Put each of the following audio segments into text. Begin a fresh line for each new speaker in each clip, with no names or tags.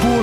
波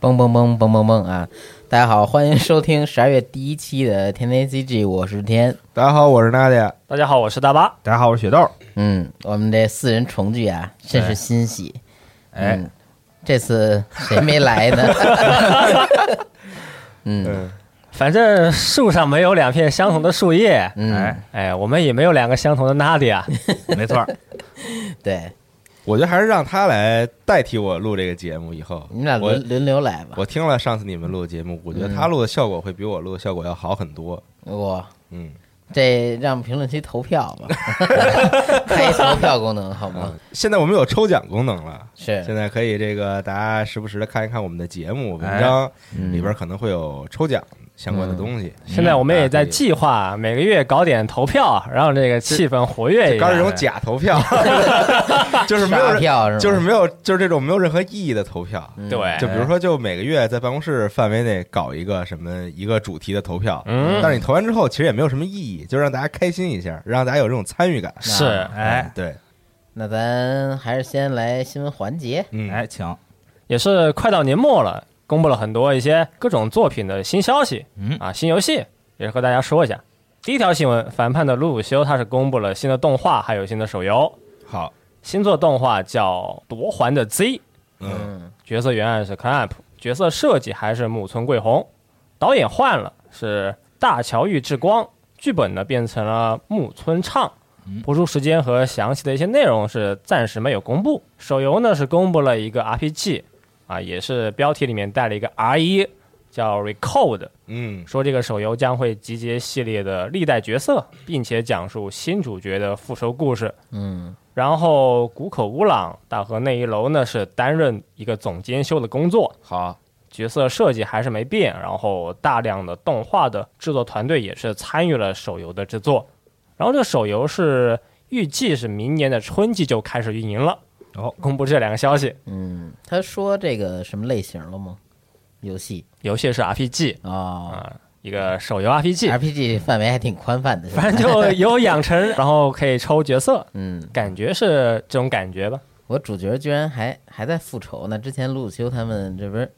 嘣嘣嘣嘣嘣嘣啊！大家好，欢迎收听十二月第一期的天天 CG，我是天。
大家好，我是娜姐。
大家好，我是大巴。
大家好，我是雪豆。
嗯，我们这四人重聚啊，甚是欣喜。
哎
嗯，这次谁没来呢？ 嗯
嗯，
反正树上没有两片相同的树叶，
嗯，
哎，
哎，我们也没有两个相同的啊 Nadia。
没错儿，
对，
我觉得还是让他来代替我录这个节目。以后
你们俩
我
轮轮流来吧。
我听了上次你们录的节目，我觉得
嗯
他录的效果会比我录的效果要好很多。
我
嗯，
这让评论区投票 吧，开一投票功能好吗
啊？现在我们有抽奖功能了，现
是，
在可以这个大家时不时的看一看我们的节目文
哎
章
嗯
里边可能会有抽奖相关的东西。
现在我们也在
记，
计划每个月搞点投票，让这个气氛活跃
啊
一
搞这种
下。
假投票， 就是没有
刷
人
票是吗？
就是没有就是这种没有任何意义的投票。
嗯
对，
哎
就比如说，就每个月在办公室范围内搞一个什么一个主题的投票，
嗯
但是你投完之后其实也没有什么意义，就让大家开心一下，让大家有这种参与感。嗯
是哎，
对，
那咱还是先来新闻环节。
嗯，
哎，请，
也是快到年末了，公布了很多一些各种作品的新消息，
嗯
啊，新游戏也是和大家说一下。第一条新闻，《反叛的鲁鲁修》它是公布了新的动画，还有新的手游。
好，
新作动画叫《夺环的 Z》，
嗯，
角色原案是 Clamp，角色设计还是木村贵宏，导演换了是大桥裕志光，剧本呢变成了木村畅。播出时间和详细的一些内容是暂时没有公布。手游呢是公布了一个 RPG，啊，也是标题里面带了一个 R 一，叫 Recode，
嗯，
说这个手游将会集结系列的历代角色，并且讲述新主角的复仇故事。
嗯
然后谷口乌朗大河内一楼呢是担任一个总监修的工作，
好，
角色设计还是没变，然后大量的动画的制作团队也是参与了手游的制作，然后这个手游是预计是明年的春季就开始运营了。
哦，
公布这两个消息，
嗯，他说这个什么类型了吗？游戏
游戏是 RPG
哦
啊，一个手游 RPG，
嗯
，RPG 范围还挺宽泛的，是吧
反正就有养成，然后可以抽角色，
嗯，
感觉是这种感觉吧。
我主角居然还还在复仇呢。之前鲁鲁修他们这不是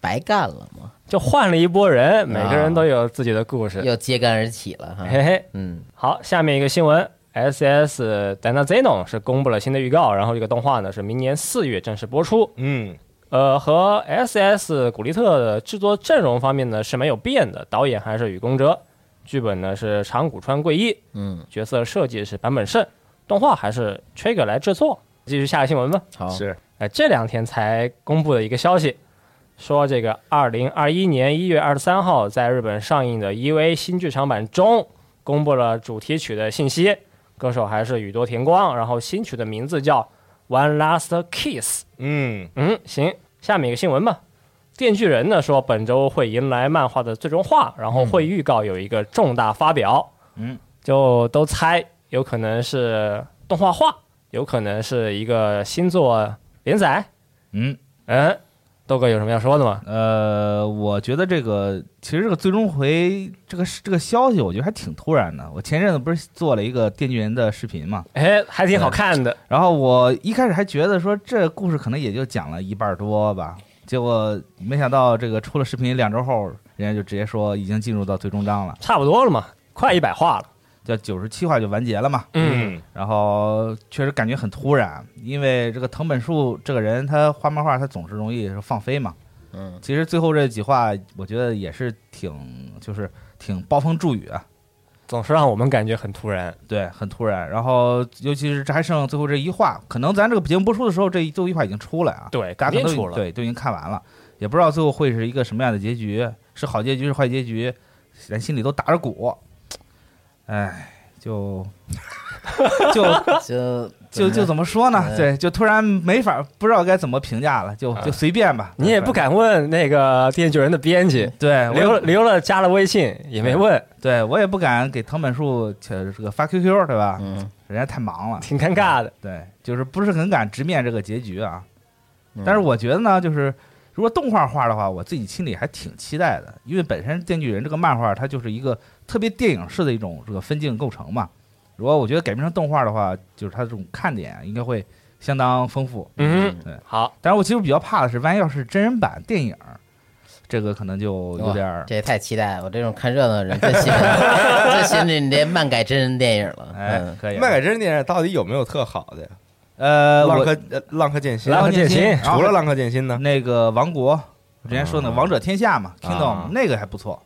白干了吗？
就换了一波人，每个人都有自己的故事。
又揭竿而起了
哎
哈。
嘿嘿，
嗯
好，下面一个新闻，S.S. d a n a z e n o 是公布了新的预告，然后这个动画呢是明年四月正式播出。
嗯，
呃，和 S.S. 古利特的制作阵容方面呢是没有变的，导演还是宇宫哲，剧本呢是长谷川贵一，
嗯，
角色设计是坂本胜，动画还是 Trigger 来制作。继续下个新闻吧。
好，
是，
哎，这两天才公布的一个消息，说这个二零二一年一月二十三号在日本上映的 EV 新剧场版中，公布了主题曲的信息，歌手还是宇多田光，然后新曲的名字叫《One Last Kiss》。
嗯，
嗯，行，下面一个新闻吧。电锯人呢说本周会迎来漫画的最终话，然后会预告有一个重大发表。
嗯，
就都猜，有可能是动画化，有可能是一个星座连载。
嗯，
嗯，豆哥有什么要说的吗？
呃，我觉得这个其实这个最终回这个这个消息，我觉得还挺突然的。我前阵子不是做了一个电锯人的视频嘛，
哎，还挺好看的。
然后我一开始还觉得说这故事可能也就讲了一半儿多吧，结果没想到这个出了视频两周后，人家就直接说已经进入到最终章了，
差不多了嘛，快一百话了。
叫九十七话就完结了嘛。
嗯，
然后确实感觉很突然，因为这个藤本树这个人，他画漫画他总是容易放飞嘛。
嗯，
其实最后这几话，我觉得也是挺就是挺暴风骤雨啊，
总是让我们感觉很突然。
对，很突然。然后尤其是这还剩最后这一话，可能咱这个节目播出的时候，这一最后一话已经出来啊，
对，
大
肯
家
定
可能
出
都
了。
对都已经看完了，也不知道最后会是一个什么样的结局，是好结局是坏结局，咱心里都打着鼓。哎，就 就
就
就就怎么说呢？
嗯
对，就突然没法不知道该怎么评价了，就就随便吧。
啊你也不敢问那个《电锯人》的编辑，
对，我
留
也
留了加了微信也没问，
对我也不敢给藤本树呃这个发 QQ，对吧？
嗯
人家太忙了，
挺尴尬的。
对，就是不是很敢直面这个结局啊。
嗯
但是我觉得呢，就是如果动画化的话，我自己心里还挺期待的，因为本身《电锯人》这个漫画它就是一个特别电影式的一种这个分镜构成嘛。如果我觉得改编成动画的话，就是它这种看点应该会相当丰富。
嗯
对
哼，好，
但是我其实比较怕的是，万一要是真人版电影儿，这个可能就有点
哇
儿，
这也太期待了！我这种看热闹的人最心 最心里连漫改真人电影了。
哎
嗯，，
可以。
漫改真人电影到底有没有特好的呀？
呃，
浪
我
客呃浪客剑心，
浪
浪
客
客
剑
剑
心
心，
除
然
了
后
浪客剑心呢？
那个王国，之前说那王者天下嘛
啊
，Kingdom 那个还不错，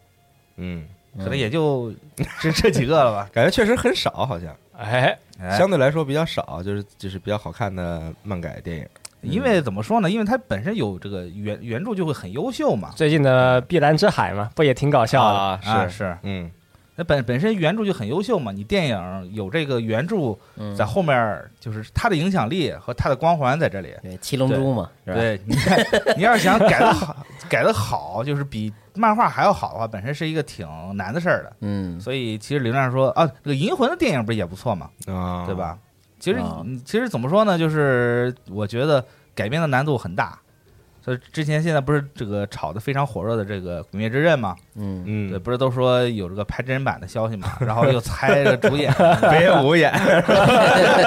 嗯，
可能也就这这几个 了吧。
感觉确实很少，好像
哎，
哎
相对来说比较少，就是就是比较好看的漫改电影。
因为怎么说呢？因为它本身有这个原原著就会很优秀嘛，
最近的《碧蓝之海》嘛，不也挺搞笑的？
啊
啊
是，
是，
嗯，
那本本身原著就很优秀嘛，你电影有这个原著在后面儿，就是它的影响力和它的光环在这里。
对，七龙珠嘛，是吧？
对，你看，你要是想改的好， 改的好，就是比漫画还要好的话，本身是一个挺难的事儿的。
嗯，
所以其实理论上说啊，这个《银魂》的电影不是也不错嘛，
啊，
对？吧？其实
啊
嗯其实怎么说呢，就是我觉得改编的难度很大。所以之前现在不是这个炒的非常火热的这个《鬼灭之刃》嘛，
嗯，
对，
嗯，
不是都说有这个拍真人版的消息嘛，然后又猜着主演，
北野武演，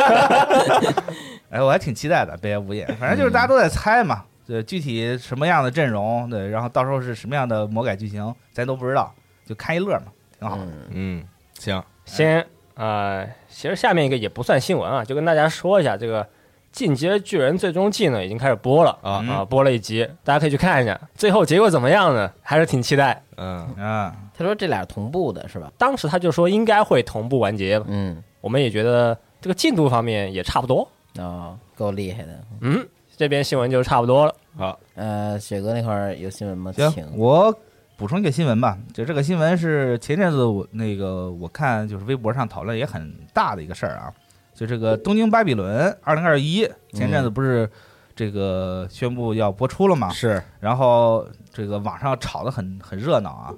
哎，我还挺期待的，北野武演，反正就是大家都在猜嘛，对，具体什么样的阵容，对，然后到时候是什么样的魔改剧情，咱都不知道，就看一乐嘛，挺好。
嗯，行，
先呃，其实下面一个也不算新闻啊，就跟大家说一下，这个《进阶巨人最终季》呢已经开始播了
啊
嗯
啊，播了一集，大家可以去看一下，最后结果怎么样呢？还是挺期待。
嗯，
嗯，
他说这俩是同步的，是吧？
当时他就说应该会同步完结吧，
嗯，
我们也觉得这个进度方面也差不多。
哦，够厉害的。
嗯，这边新闻就差不多了。
呃，雪哥那块儿有新闻吗？请
行，我补充一个新闻吧，就这个新闻是前阵子我那个我看就是微博上讨论也很大的一个事儿啊，就这个《东京巴比伦二零二一》前阵子不是这个宣布要播出了嘛，
是，
然后这个网上吵得很很热闹啊。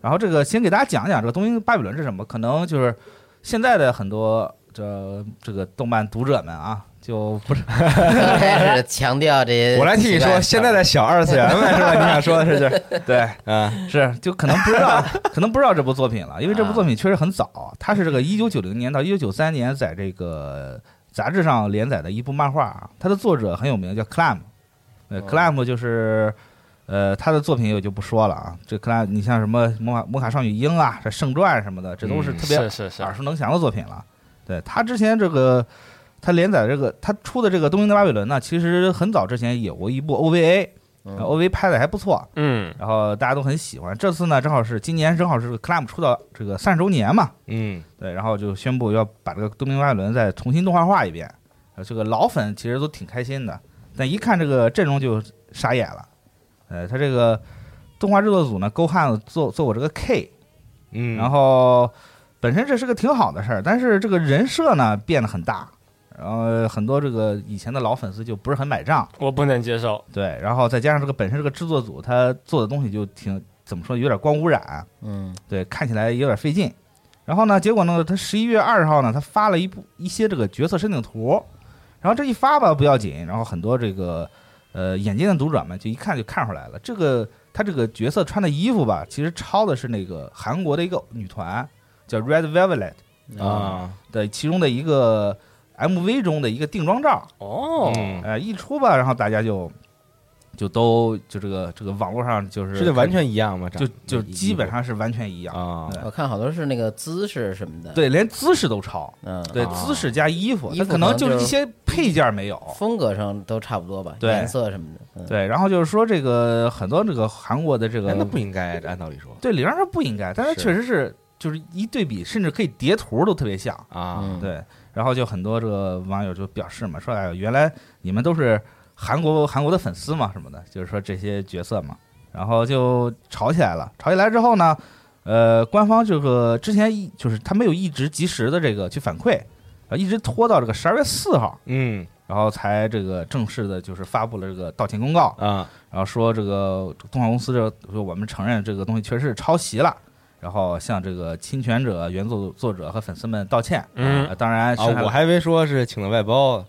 然后这个先给大家讲讲这个东京巴比伦是什么，可能就是现在的很多这这个动漫读者们啊，就不是
开始强调这些。
我来替你说，现在的小二次元们 是吧？你想说的是这，
对
嗯
是就可能不知道可能不知道这部作品了，因为这部作品确实很早，它是这个一九九零年到一九九三年在这个杂志上连载的一部漫画啊，它的作者很有名，叫 Clam，呃
哦
，Clam 就是。呃，他的作品我就不说了啊，这 Clam，你像什么《魔法魔卡少女樱》啊，这《圣传》什么的，这都是
嗯
特别
是是
耳熟能详的作品了。对他之前这个，他连载这个他出的这个《东京的巴比伦》呢，其实很早之前有过一部 OVA，OVA、
嗯
OVA 拍的还不错，
嗯，
然后大家都很喜欢。这次呢，正好是今年正好是 Clam 出道这个三十周年嘛，
嗯，
对，然后就宣布要把这个《东京巴比伦》再重新动画化一遍。呃，这个老粉其实都挺开心的，但一看这个阵容就傻眼了。呃，他这个动画制作组呢，勾汉子做做我这个 K，
嗯，
然后本身这是个挺好的事儿，但是这个人设呢变得很大，然后很多这个以前的老粉丝就不是很买账，
我不能接受。
对，然后再加上这个本身这个制作组他做的东西就挺怎么说，有点光污染，
嗯
对，看起来有点费劲。然后呢，结果呢，他十一月二号呢，他发了一部一些这个角色申请图，然后这一发吧不要紧，然后很多这个呃眼尖的读者们就一看就看出来了，这个他这个角色穿的衣服吧，其实抄的是那个韩国的一个女团叫 Red Velvet
啊，
的其中的一个 MV 中的一个定妆照，
哦，
嗯，
呃一出吧，然后大家就就都就这个这个网络上就是
是就完全一样吗？
就就
长得
基本上是完全一样，
啊，
对
我看好多是那个姿势什么的，，
对，连姿势都抄。
嗯，
对，
啊
姿势加衣服，
衣
它
服
可能
可能
就是
就
一些配件没有。
风格上都差不多吧，
对
颜色什么的，嗯，
对，然后就是说这个很多这个韩国的这
哎那
个，
不应该，按道理说
对，理论上说不应该，但是
是
确实是就是一对比，甚至可以叠图都特别像。
啊，
嗯，
对，然后就很多这个网友就表示嘛，说哎，原来你们都是韩国韩国的粉丝嘛什么的，就是说这些角色嘛，然后就吵起来了。吵起来之后呢，呃，官方这个之前一就是他没有一直及时的这个去反馈，啊，一直拖到这个十二月四号。
嗯
然后才这个正式的，就是发布了这个道歉公告，
啊，
然后说这个动画公司这个说我们承认这个东西确实是抄袭了，然后向这个侵权者、原作作者和粉丝们道歉。
嗯
啊当然
啊
剩下，
我还以为说是请了外包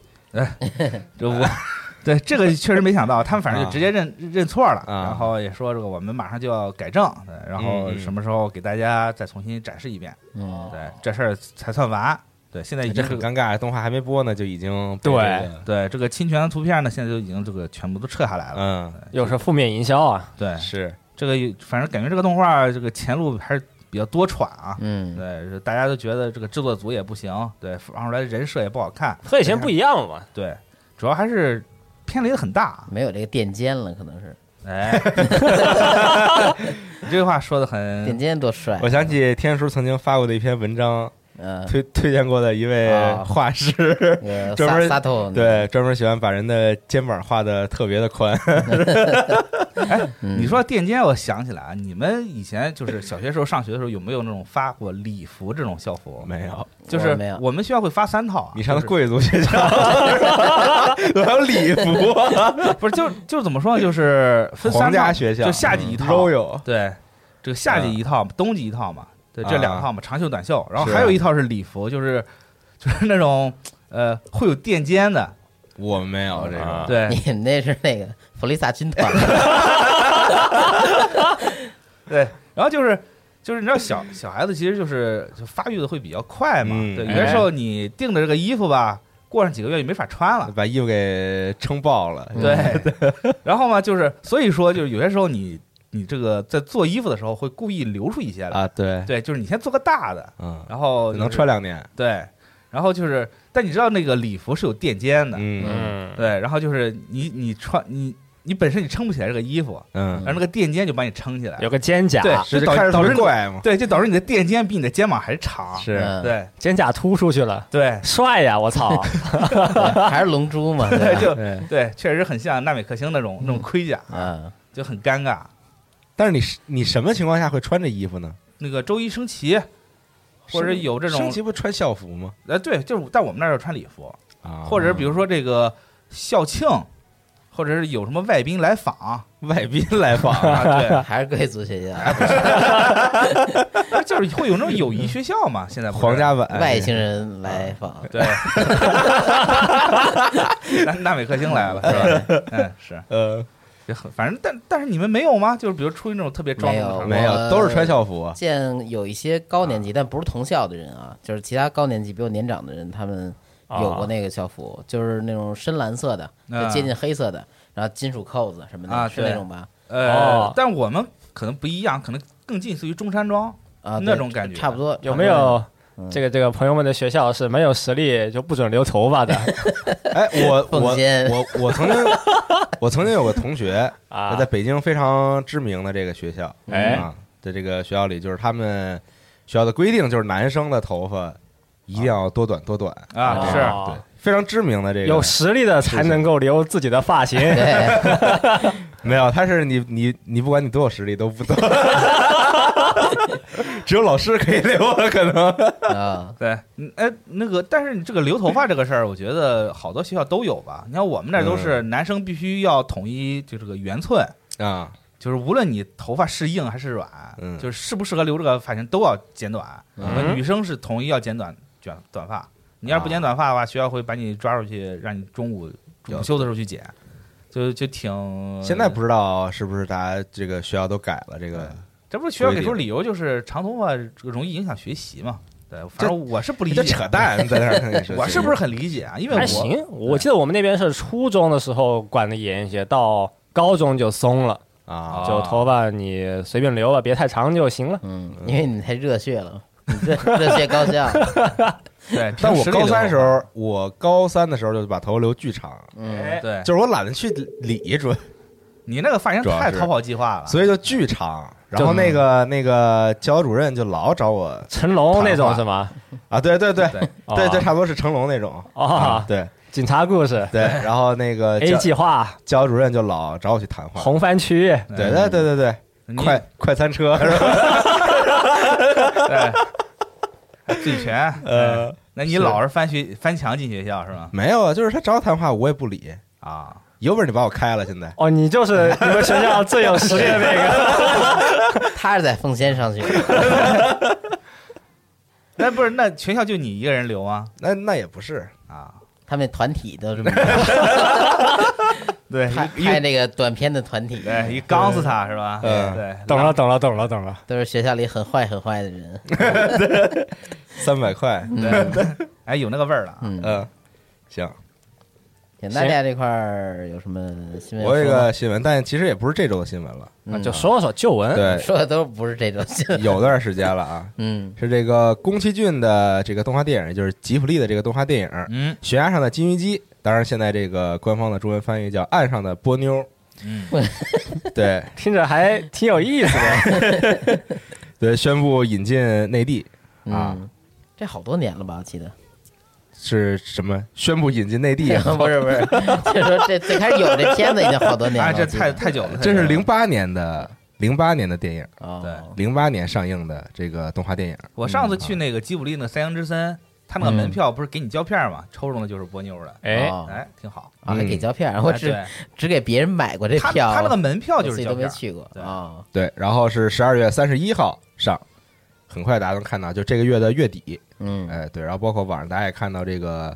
这我 对这个确实没想到，他们反正就直接认、认错了，
啊
然后也说这个我们马上就要改正，对然后
嗯嗯
什么时候给大家再重新展示一遍，
嗯，
啊
对这事儿才算完。对，现在已
哎这
经
很
是
尴尬，动画还没播呢，就已经被
对
这个
对这个侵权的图片呢，现在就已经这个全部都撤下来了。
嗯，
又是负面营销啊，
对，
是
这个反正感觉这个动画这个前路还是比较多舛啊。
嗯，
对，是大家都觉得这个制作组也不行，对，放出来人设也不好看，
和以前不一样了嘛，
对，主要还是偏离的很大。啊
没有这个垫肩了，可能是
哎，你这话说的
垫
很，
肩多帅，
我想起天叔曾经发过的一篇文章，
嗯，
推推荐过的一位
啊
画 师，
那个
专
萨
门
萨头，
对，专门喜欢把人的肩膀画的特别的宽，
嗯，
你说垫肩，我想起来啊，你们以前就是小学时候上学的时候，有没有那种发过礼服这种校服？
没有，
就
我
是
没有
我们学校会发三套啊。
你上
就
的
是
贵族学校，还有礼服，
不是就就怎么说呢？就是分 三
皇家
套
学校嗯
就夏季一套，
都有
对，这个夏季一套嘛，冬季一套嘛，对，这两
啊
套嘛，长袖短袖，然后
是啊
还有一套是礼服，就是 就是那种呃会有垫肩的，
我们没有这
啊
个，
对
你们那是那个弗利萨军团，
对，然后就是。就是你知道小小孩子其实就是就发育的会比较快嘛，
嗯
对，有
哎
些时候你订的这个衣服吧，过上几个月就没法穿了，
把衣服给撑爆了，
嗯
啊对，然后嘛就是所以说就是有些时候你你这个在做衣服的时候会故意留出一些来，
啊，对，
对，就是你先做个大的，
嗯，
然后
能
就是
穿两年，
对，然后就是，但你知道那个礼服是有垫肩的，
嗯
嗯，
对，然后就是你你穿你你本身你撑不起来这个衣服，
嗯，
然后那个垫肩就把你撑起来，
有个肩胛，
对
是
就导
开
致
始
导致你
怪嘛，
对，就导致你的垫肩比你的肩膀还长，
是
嗯
对
肩胛突出去了，
对
帅呀！我 操，
对还是龙珠嘛，对吧
对，就
对，
对，确实很像纳美克星那种那种盔甲，
嗯，
就很尴尬。
但是你是你什么情况下会穿这衣服呢？
那个周一升旗，或者
升
有这
升
种
旗不穿校服吗？
呃，对，就是在我们那儿要穿礼服，
啊，
或者比如说这个校庆，或者是有什么外宾来 访
外宾来访，
啊， 对。
还是贵族学
哎
校，
不是就是会有那种友谊学校嘛？现在不是
皇家版
外星人来访，
对， 纳纳美克星来了，是吧？嗯，是，
呃，
也很，反正但但是你们没有吗？就是比如出于那种特别装的场合
没有，
我
都是穿校服，啊
见有一些高
啊
年级但不是同校的人啊，就是其他高年级比我年长的人，他们有过那个校服，就是那种深蓝色的，
啊
就接近黑色的，然后金属扣子什么的，
啊
是那
对
种吧？
呃
哦，
但我们可能不一样，可能更近似于中山装。
啊，
那
对
种感觉
差不多。
有没有
嗯
这个这个朋友们的学校是没有实力就不准留头发的
哎，我
奉
我
先
我我曾经我曾经有个同学，
啊
在？北京非常知名的这个学校，
哎
啊，在这个学校里，就是他们学校的规定就是男生的头发一定要多短多短
啊
这
是
样对，非常知名的这个
有实力的才能够留自己的发型，
对，
没有？他是你你你不管你多有实力都不懂， 只有老师可以留了，可能
啊，
对，嗯哎，那个，但是你这个留头发这个事儿，我觉得好多
嗯
学校都有吧。你看我们那儿都是男生必须要统一，就这个圆寸，
啊，
就是无论你头发是硬还是软，
嗯
就是适不适合留这个发型都要剪短。
嗯
女生是统一要剪短卷短发，你要是不
啊
剪短发的话，学校会把你抓出去，让你中午午休的时候去剪，就就挺。
现在不知道是不是大家这个学校都改了这个，
这不是学校给出
规定
理由就是长头发容易影响学习嘛？对，反
这
正我是不理
你
解，
这扯淡，在那儿跟你说
我是不是很理解啊？因为我
还行，我记得我们那边是初中的时候管的严一些，到高中就松了，
啊？
就头发你随便留吧，别太长就行了。
嗯，因为你太热血了，你这热血高校，
对，
但我
凭实力
高三
的
时啊候，我高三的时候就把头发留巨长，
嗯，
对，
就是我懒得去理，主要
你那个发型
主要
太
是
逃跑计划了，
所以就巨长。然后那个那个教导主任就老找我
成龙那种是吗？
啊，对对啊对
对
对对，
哦
差不多是成龙那种啊
哦
对
警察故事
对。然后那个
A
教
计划、
教导主任就老找我去谈话，
红番区，
对对对对对，
以
快快餐车， 是吧
醉拳，
呃
嗯，哎那你老是翻学翻墙进学校是吗？
没有啊，就是他找我谈话，我也不理，
啊，
有本事你把我开了，现在
哦，你 就是你们学校最有实力的那个。
他是在奉先上学，
那不是那全校就你一个人留吗？
那那也不是，
啊，
他们团体都这 么
对
拍
一
拍那个短片的团体，
对一刚死他是吧？
嗯
对，
懂了，懂了，懂了，懂了。
都是学校里很坏很坏的人，
三百块，
哎，有那个味儿了啊。
嗯，
嗯，行，
行，那大家这块儿有什么新闻？
我有一个新闻，但其实也不是这周的新闻了，
嗯
就说说旧闻，
对，
说的都不是这种新 闻，
有段时间了啊，
嗯
是这个宫崎骏的这个动画电影，就是吉卜力的这个动画电影《
嗯
悬崖上的金鱼姬》。当然，现在这个官方的中文翻译叫《岸上的波妞》。
嗯，
对
听着还挺有意思 的。
对，宣布引进内地啊，
嗯，这好多年了吧？我记得，
是什么？宣布引进内地啊
不是不是，就说这最开始有这片子已经好多年了，
哎，这
我记得
太太久了，
这
太久
是
了
零八年的零八年的电影，
哦，
零八年上映的这个动画电影。
我上次
嗯
去那个吉卜力那三阳之森，他那个门票不是给你胶片吗？抽中的就是波妞的，
哎，
哦
哎，挺好。
啊，还给
嗯
胶片儿，我
哎
只
对
只给别人买过这
他
票，
他那个门票
我
就
自
是
己
胶
都没
片，
去过啊
对。
哦
对，然后是十二月三十一号上，很快大家能看到，就这个月的月底。
嗯，
哎，对，然后包括网上大家也看到这个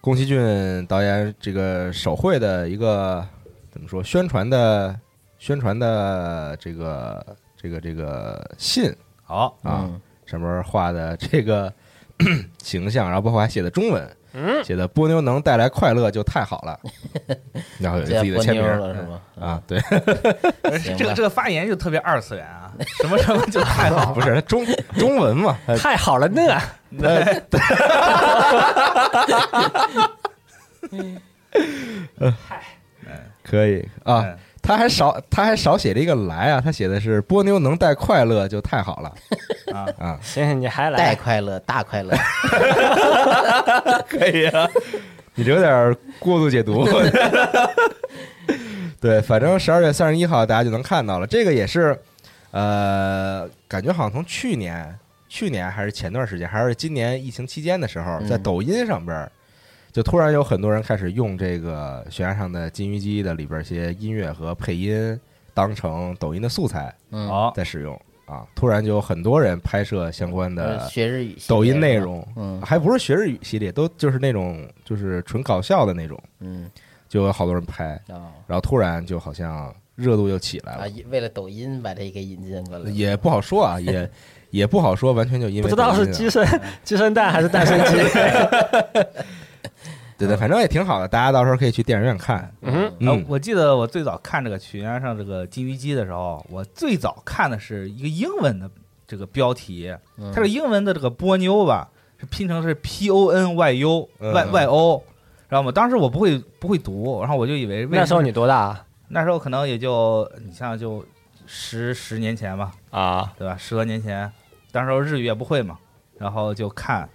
宫崎骏导演这个手绘的一个怎么说宣传的宣传的这个这个这个信
好，
啊，
嗯
上面画的这个 形象，然后包括还写的中文，
嗯
写的波妞能带来快乐就太好 了，然后有一
这叫
个自己的
波
签
妞
名
了是吗？
嗯啊，对，
行
这个
吧
这个发言就特别二次元啊，什么什么就太好了。
不是中中文嘛，它
太好了呢，
哎可以 啊，
嗯
他还少他还少写了一个来啊，他写的是波妞能带快乐就太好了
啊
啊，
行行，你
带
还来，
快乐，大快乐，
可以啊，你这有点过度 解读。 对，反正十二月三十一号大家就能看到了，这个也是，呃，感觉好像从去年、去年还是前段时间，还是今年疫情期间的时候，在
嗯
抖音上边儿，就突然有很多人开始用这个《悬崖上的金鱼姬》的里边儿一些音乐和配音当成抖音的素材，
嗯，
好，
在使用啊，突然就有很多人拍摄相关
呃
的
学日语系列
抖音内
是吧，
容，
嗯
还不是学日语系列，都就是那种就是纯搞笑的那种，
嗯，
就有好多人拍，
哦。
然后突然就好像热度又起来
啊
了，，
为了抖音把这给引进过来，
也不好说啊， 也也不好说，完全就因为
不知道
抖音啊
是鸡生鸡生蛋还是蛋生鸡。
对对，反正也挺好的，大家到时候可以去电影院看，
嗯，
呃
嗯，
我记得我最早看这个《群崖上这个金鱼姬》的时候，我最早看的是一个英文的这个标题，
嗯
它这个英文的这个波妞吧，是拼成是 P O N Y U
嗯
Y Y O，知道吗？当时我不会不会读，然后我就以为为
那时候你多大啊
那时候可能也就你像就十十年前吧，
啊？
对吧？十多年前，当时候日语也不会嘛，然后就看，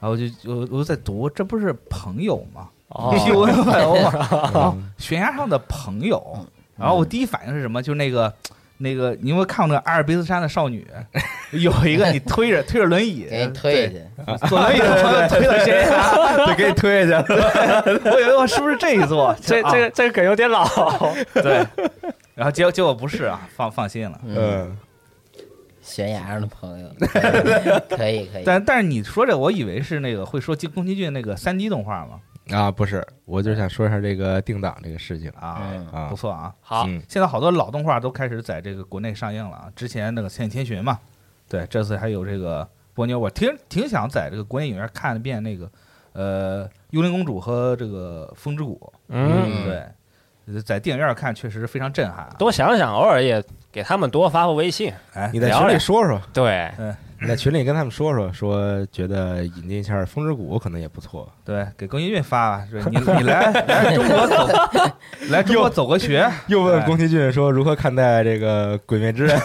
然后就就我就在读，这不是朋友吗？
哦
P O N Y O 嘛，悬崖上的朋友。然后我第一反应是什么？就是那个那个，你有没有看过那个阿尔卑斯山的少女？有一个你推着推着轮椅，
给你推去，
对，左轮椅的朋友推到悬崖，
对，给你推下 去了，
我以为我是不是这一座？
这这
啊
个这个梗有点老，
对，然后结果结果不是啊，放放心了。
嗯，
悬崖上的朋友，可以可以，
但但是你说这，我以为是那个会说宫宫崎骏那个三 D 动画嘛
啊，不是，我就是想说一下这个定档这个事情
啊
嗯，
啊
不。错啊。
好，
嗯
现在好多老动画都开始在这个国内上映了啊。之前那个《千与千寻》嘛，对，这次还有这个《波妞》，我挺挺想在这个国内影院看一遍那个呃《幽灵公主》和这个《风之谷》。
嗯，
对，在电影院看确实非常震撼啊。
多想想，偶尔也给他们多发发微信。
哎
你在群里说说，
对，
你在群里跟他们说说，说觉得引进一下《风之谷》可能也不错。
对，给宫崎骏发吧，说你你来来中国走，来中国走个学，哎
又问宫崎骏说如何看待这个《鬼灭之刃》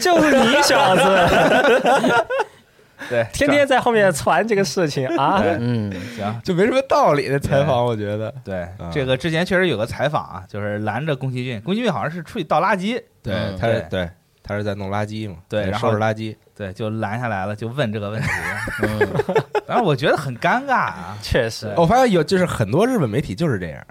就是你小子，
对，哎
天天在后面传这个事情啊。
嗯，
行。
就没什么道理的采访，我觉得。
对
啊，
这个之前确实有个采访啊，就是拦着宫崎骏，宫崎骏好像是出去倒垃圾，
对，
嗯
他是
对
对，他是在弄垃圾嘛，
对
在
然
收
后
拾垃圾。
对，就拦下来了，就问这个问题。当然，我觉得很尴尬 啊。
确实，
哦我发现有就是很多日本媒体就是这样，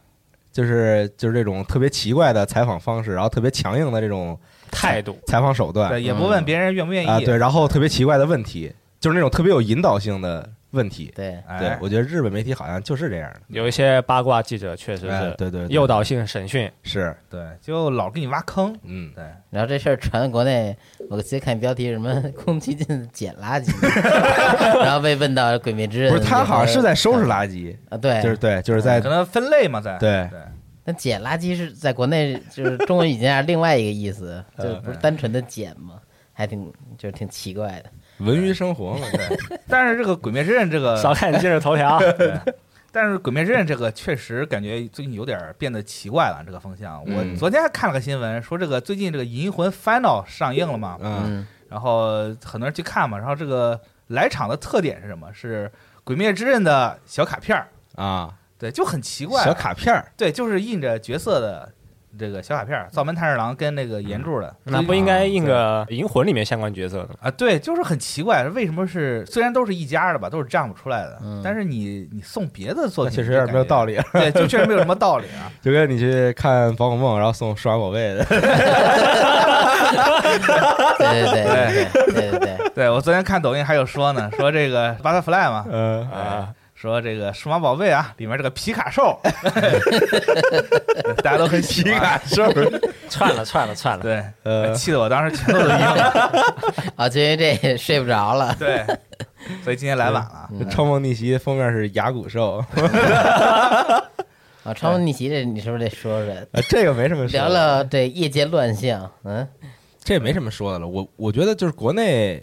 就是就是这种特别奇怪的采访方式，然后特别强硬的这种
态度
采访手段
对，也不问别人愿不愿
啊，
意。
对，，然后特别奇怪的问题，就是那种特别有引导性的问题。
对，
对
哎，，
我觉得日本媒体好像就是这样的，
有一些八卦记者确实
哎
是
对对，对
诱导性审讯，
是，
对，就老给你挖坑。
嗯，
对，
然后这事儿传到国内，我直接看标题什么“宫崎骏捡垃圾”，然后被问到《鬼灭之刃》，
不是他好像是在收拾垃圾，
啊，对，
就是对，就是在
哎可能分类嘛，在
对
对
那捡垃圾是在国内就是中文语境下另外一个意思，就不是单纯的捡嘛，还挺就是挺奇怪的。
文娱生活嘛，对，
对。但是这个《鬼灭之刃》这个
少看今日头条。
但是《鬼灭之刃》这个确实感觉最近有点变得奇怪了，这个风向。
嗯
我昨天还看了个新闻，说这个最近这个《银魂 Final》上映了嘛，
嗯，
嗯
然后很多人去看嘛，然后这个来场的特点是什么？是《鬼灭之刃》的小卡片儿，
啊，
对，就很奇怪。
小卡片儿，
对，就是印着角色的这个小卡片儿，灶门炭治郎跟那个岩柱的。
嗯那不应该印个《银魂》里面相关角色的吗？
啊，对，就是很奇怪，为什么是虽然都是一家的吧，都是 Jump 出来的，
嗯
但是你你送别的作
那
品
确实有点没有道
理，
理，
对，就确实没有什么道理啊。
就跟你去看《宝可梦》，然后送数码宝 贝的，
对对对对对对对对，
对我昨天看抖音还有说呢，说这个 Butterfly 嘛，
嗯，
啊，
说这个数码宝贝啊，里面这个皮卡兽，大家都很喜
皮
欢。
卡兽，
串了串了串了。
对，
呃，
哎
气得我当时拳头都硬了。
啊，就因为这睡不着了。
对，所以今天来晚了。啊
《超梦逆袭》封面是牙骨兽，
啊，超文逆袭这你是不是得说说？
呃这个没什么说
聊聊
的，
这业界乱象，嗯，
这没什么说的了。我我觉得就是国内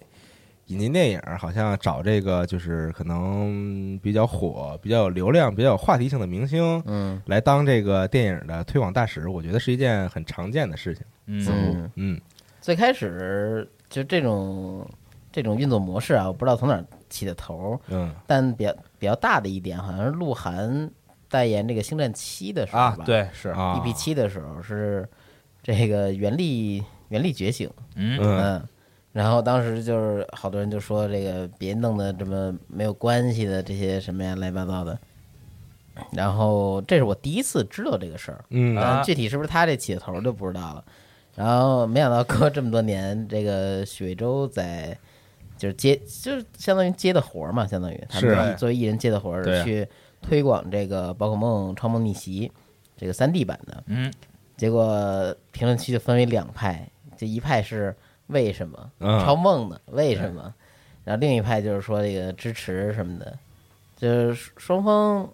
引进电影，好像找这个就是可能比较火、比较有流量、比较有话题性的明星，
嗯，
来当这个电影的推广大使，我觉得是一件很常见的事情。
嗯，
嗯，
嗯
最开始就这种这种运作模式啊，我不知道从哪儿起的头儿，
嗯，
但比较比较大的一点，好像是鹿晗代言这个《星战七》的时候
啊
吧，，
对，是，
啊
，EP 七的时候是这个原力原力觉醒，
嗯
嗯
嗯，然后当时就是好多人就说这个别弄的这么没有关系的这些什么呀乱七八糟的，然后这是我第一次知道这个事儿，
嗯
啊
但具体是不是他这起的头就不知道了。然后没想到隔这么多年，这个许魏洲在就是接就是相当于接的活儿嘛，相当于他
是
们作为艺人接的活
对
儿
啊
去推广这个宝可梦超梦逆袭这个三 D 版的，
嗯，
结果评论区就分为两派，这一派是为什么、
嗯
超梦的为什么，然后另一派就是说这个支持什么的，就是双方，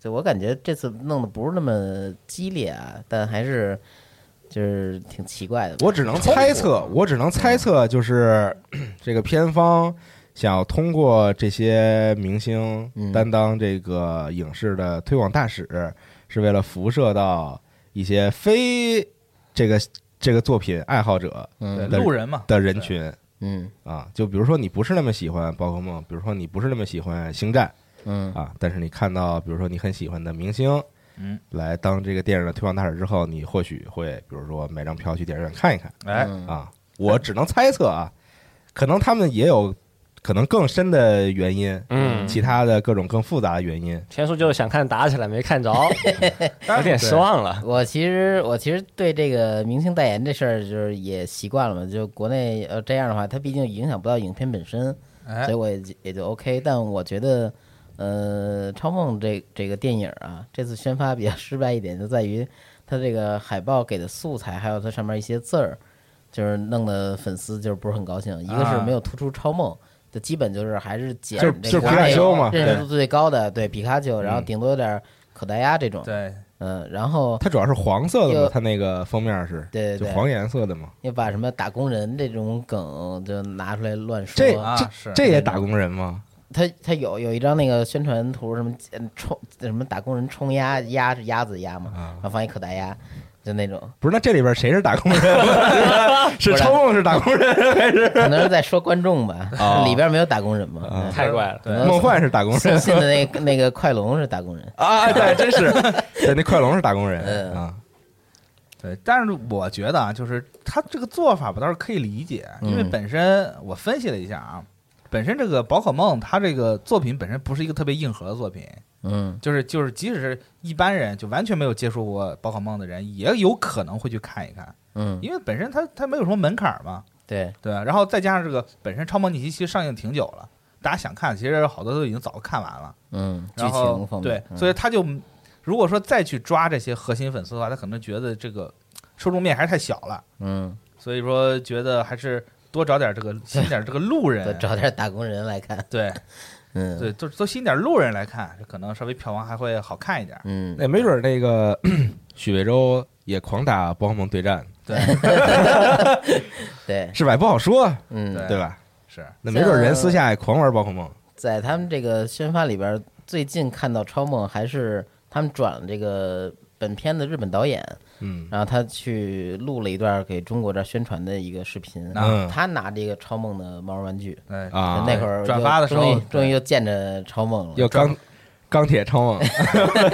就我感觉这次弄得不是那么激烈啊，但还是就是挺奇怪的吧。
我只能
冲突嗯
猜测，我只能猜测，就是 这个片方想要通过这些明星
嗯
担当这个影视的推广大使，是为了辐射到一些非这个这个作品爱好者
对，
嗯
路人嘛，
的人群
嗯
啊。就比如说你不是那么喜欢宝可梦，比如说你不是那么喜欢星战
嗯
啊，但是你看到比如说你很喜欢的明星，
嗯，
来当这个电影的推广大使之后，你或许会比如说买张票去电影院看一看。
哎，
嗯
啊，我只能猜测啊，可能他们也有可能更深的原因，
嗯
其他的各种更复杂的原因，
天叔就是想看打起来，没看着，有点失望了。
我其实我其实对这个明星代言这事儿就是也习惯了嘛，就国内呃这样的话，它毕竟影响不到影片本身，所
哎
以，我也就也就 OK。但我觉得，呃，超梦这这个电影啊，这次宣发比较 失败一点，就在于它这个海报给的素材，还有它上面一些字儿，就是弄得粉丝就是不是很高兴。一个是
啊
没有突出超梦。就基本就是还是捡
就是
这
就是
个
皮卡丘嘛
认识
对
度最高的，对皮卡丘，然后
嗯
顶多有点口袋鸭这种，
对，
嗯，然后
它主要是黄色的
有
嘛，它那个封面是，
对对哦
就
对
黄颜色的嘛，
又把什么打工人这种梗就拿出来乱说，
这
啊
这
是
这也打工人吗？
他他有有一张那个宣传图，什么嗯冲什么打工人冲鸭鸭是鸭子鸭嘛，
啊
然后放一口袋鸭，就那种，
不是，那这里边谁是打工人？是超梦是打工人还是
可能是在说观众吧，
哦
里边没有打工人嘛，
啊
太怪了，
对，
梦幻是打工
送
人
信的那个那个快龙是打工人，
啊？对，真是，对，那快龙是打工人
嗯
啊，
对，但是我觉得啊，就是他这个做法，我倒是可以理解，
嗯
因为本身我分析了一下啊，本身这个宝可梦它这个作品本身不是一个特别硬核的作品，
嗯
就是就是即使是一般人就完全没有接触过宝可梦的人，也有可能会去看一看，
嗯，
因为本身它它没有什么门槛嘛，
对，
对吧？然后再加上这个本身《超梦逆袭》其实上映挺久了，大家想看，其实好多都已经早看完了，
嗯，剧
然后
情方面，
对，
嗯
所以他就如果说再去抓这些核心粉丝的话，他可能觉得这个受众面还是太小了。
嗯，
所以说觉得还是多找点这个新点这个路
多
人，
找点打工人来看，
对
嗯
对，都都新点路人来看，这可能稍微票房还会好看一点。
嗯，
那没准儿那个 许魏洲也狂打宝可梦对战
对，
对，
是吧？也不好说，
嗯，
对
对吧？
是
那没准儿人私下也狂玩宝可梦，
在他们这个宣发里边儿，最近看到超梦还是他们转了这个本片的日本导演，
嗯
然后他去录了一段给中国这儿宣传的一个视频，
嗯
他拿这个超梦的毛绒玩具，
哎，
啊，
那会儿
转
又
发的时
终于
候
终于又见着超梦了，
又钢钢铁超啊 梦，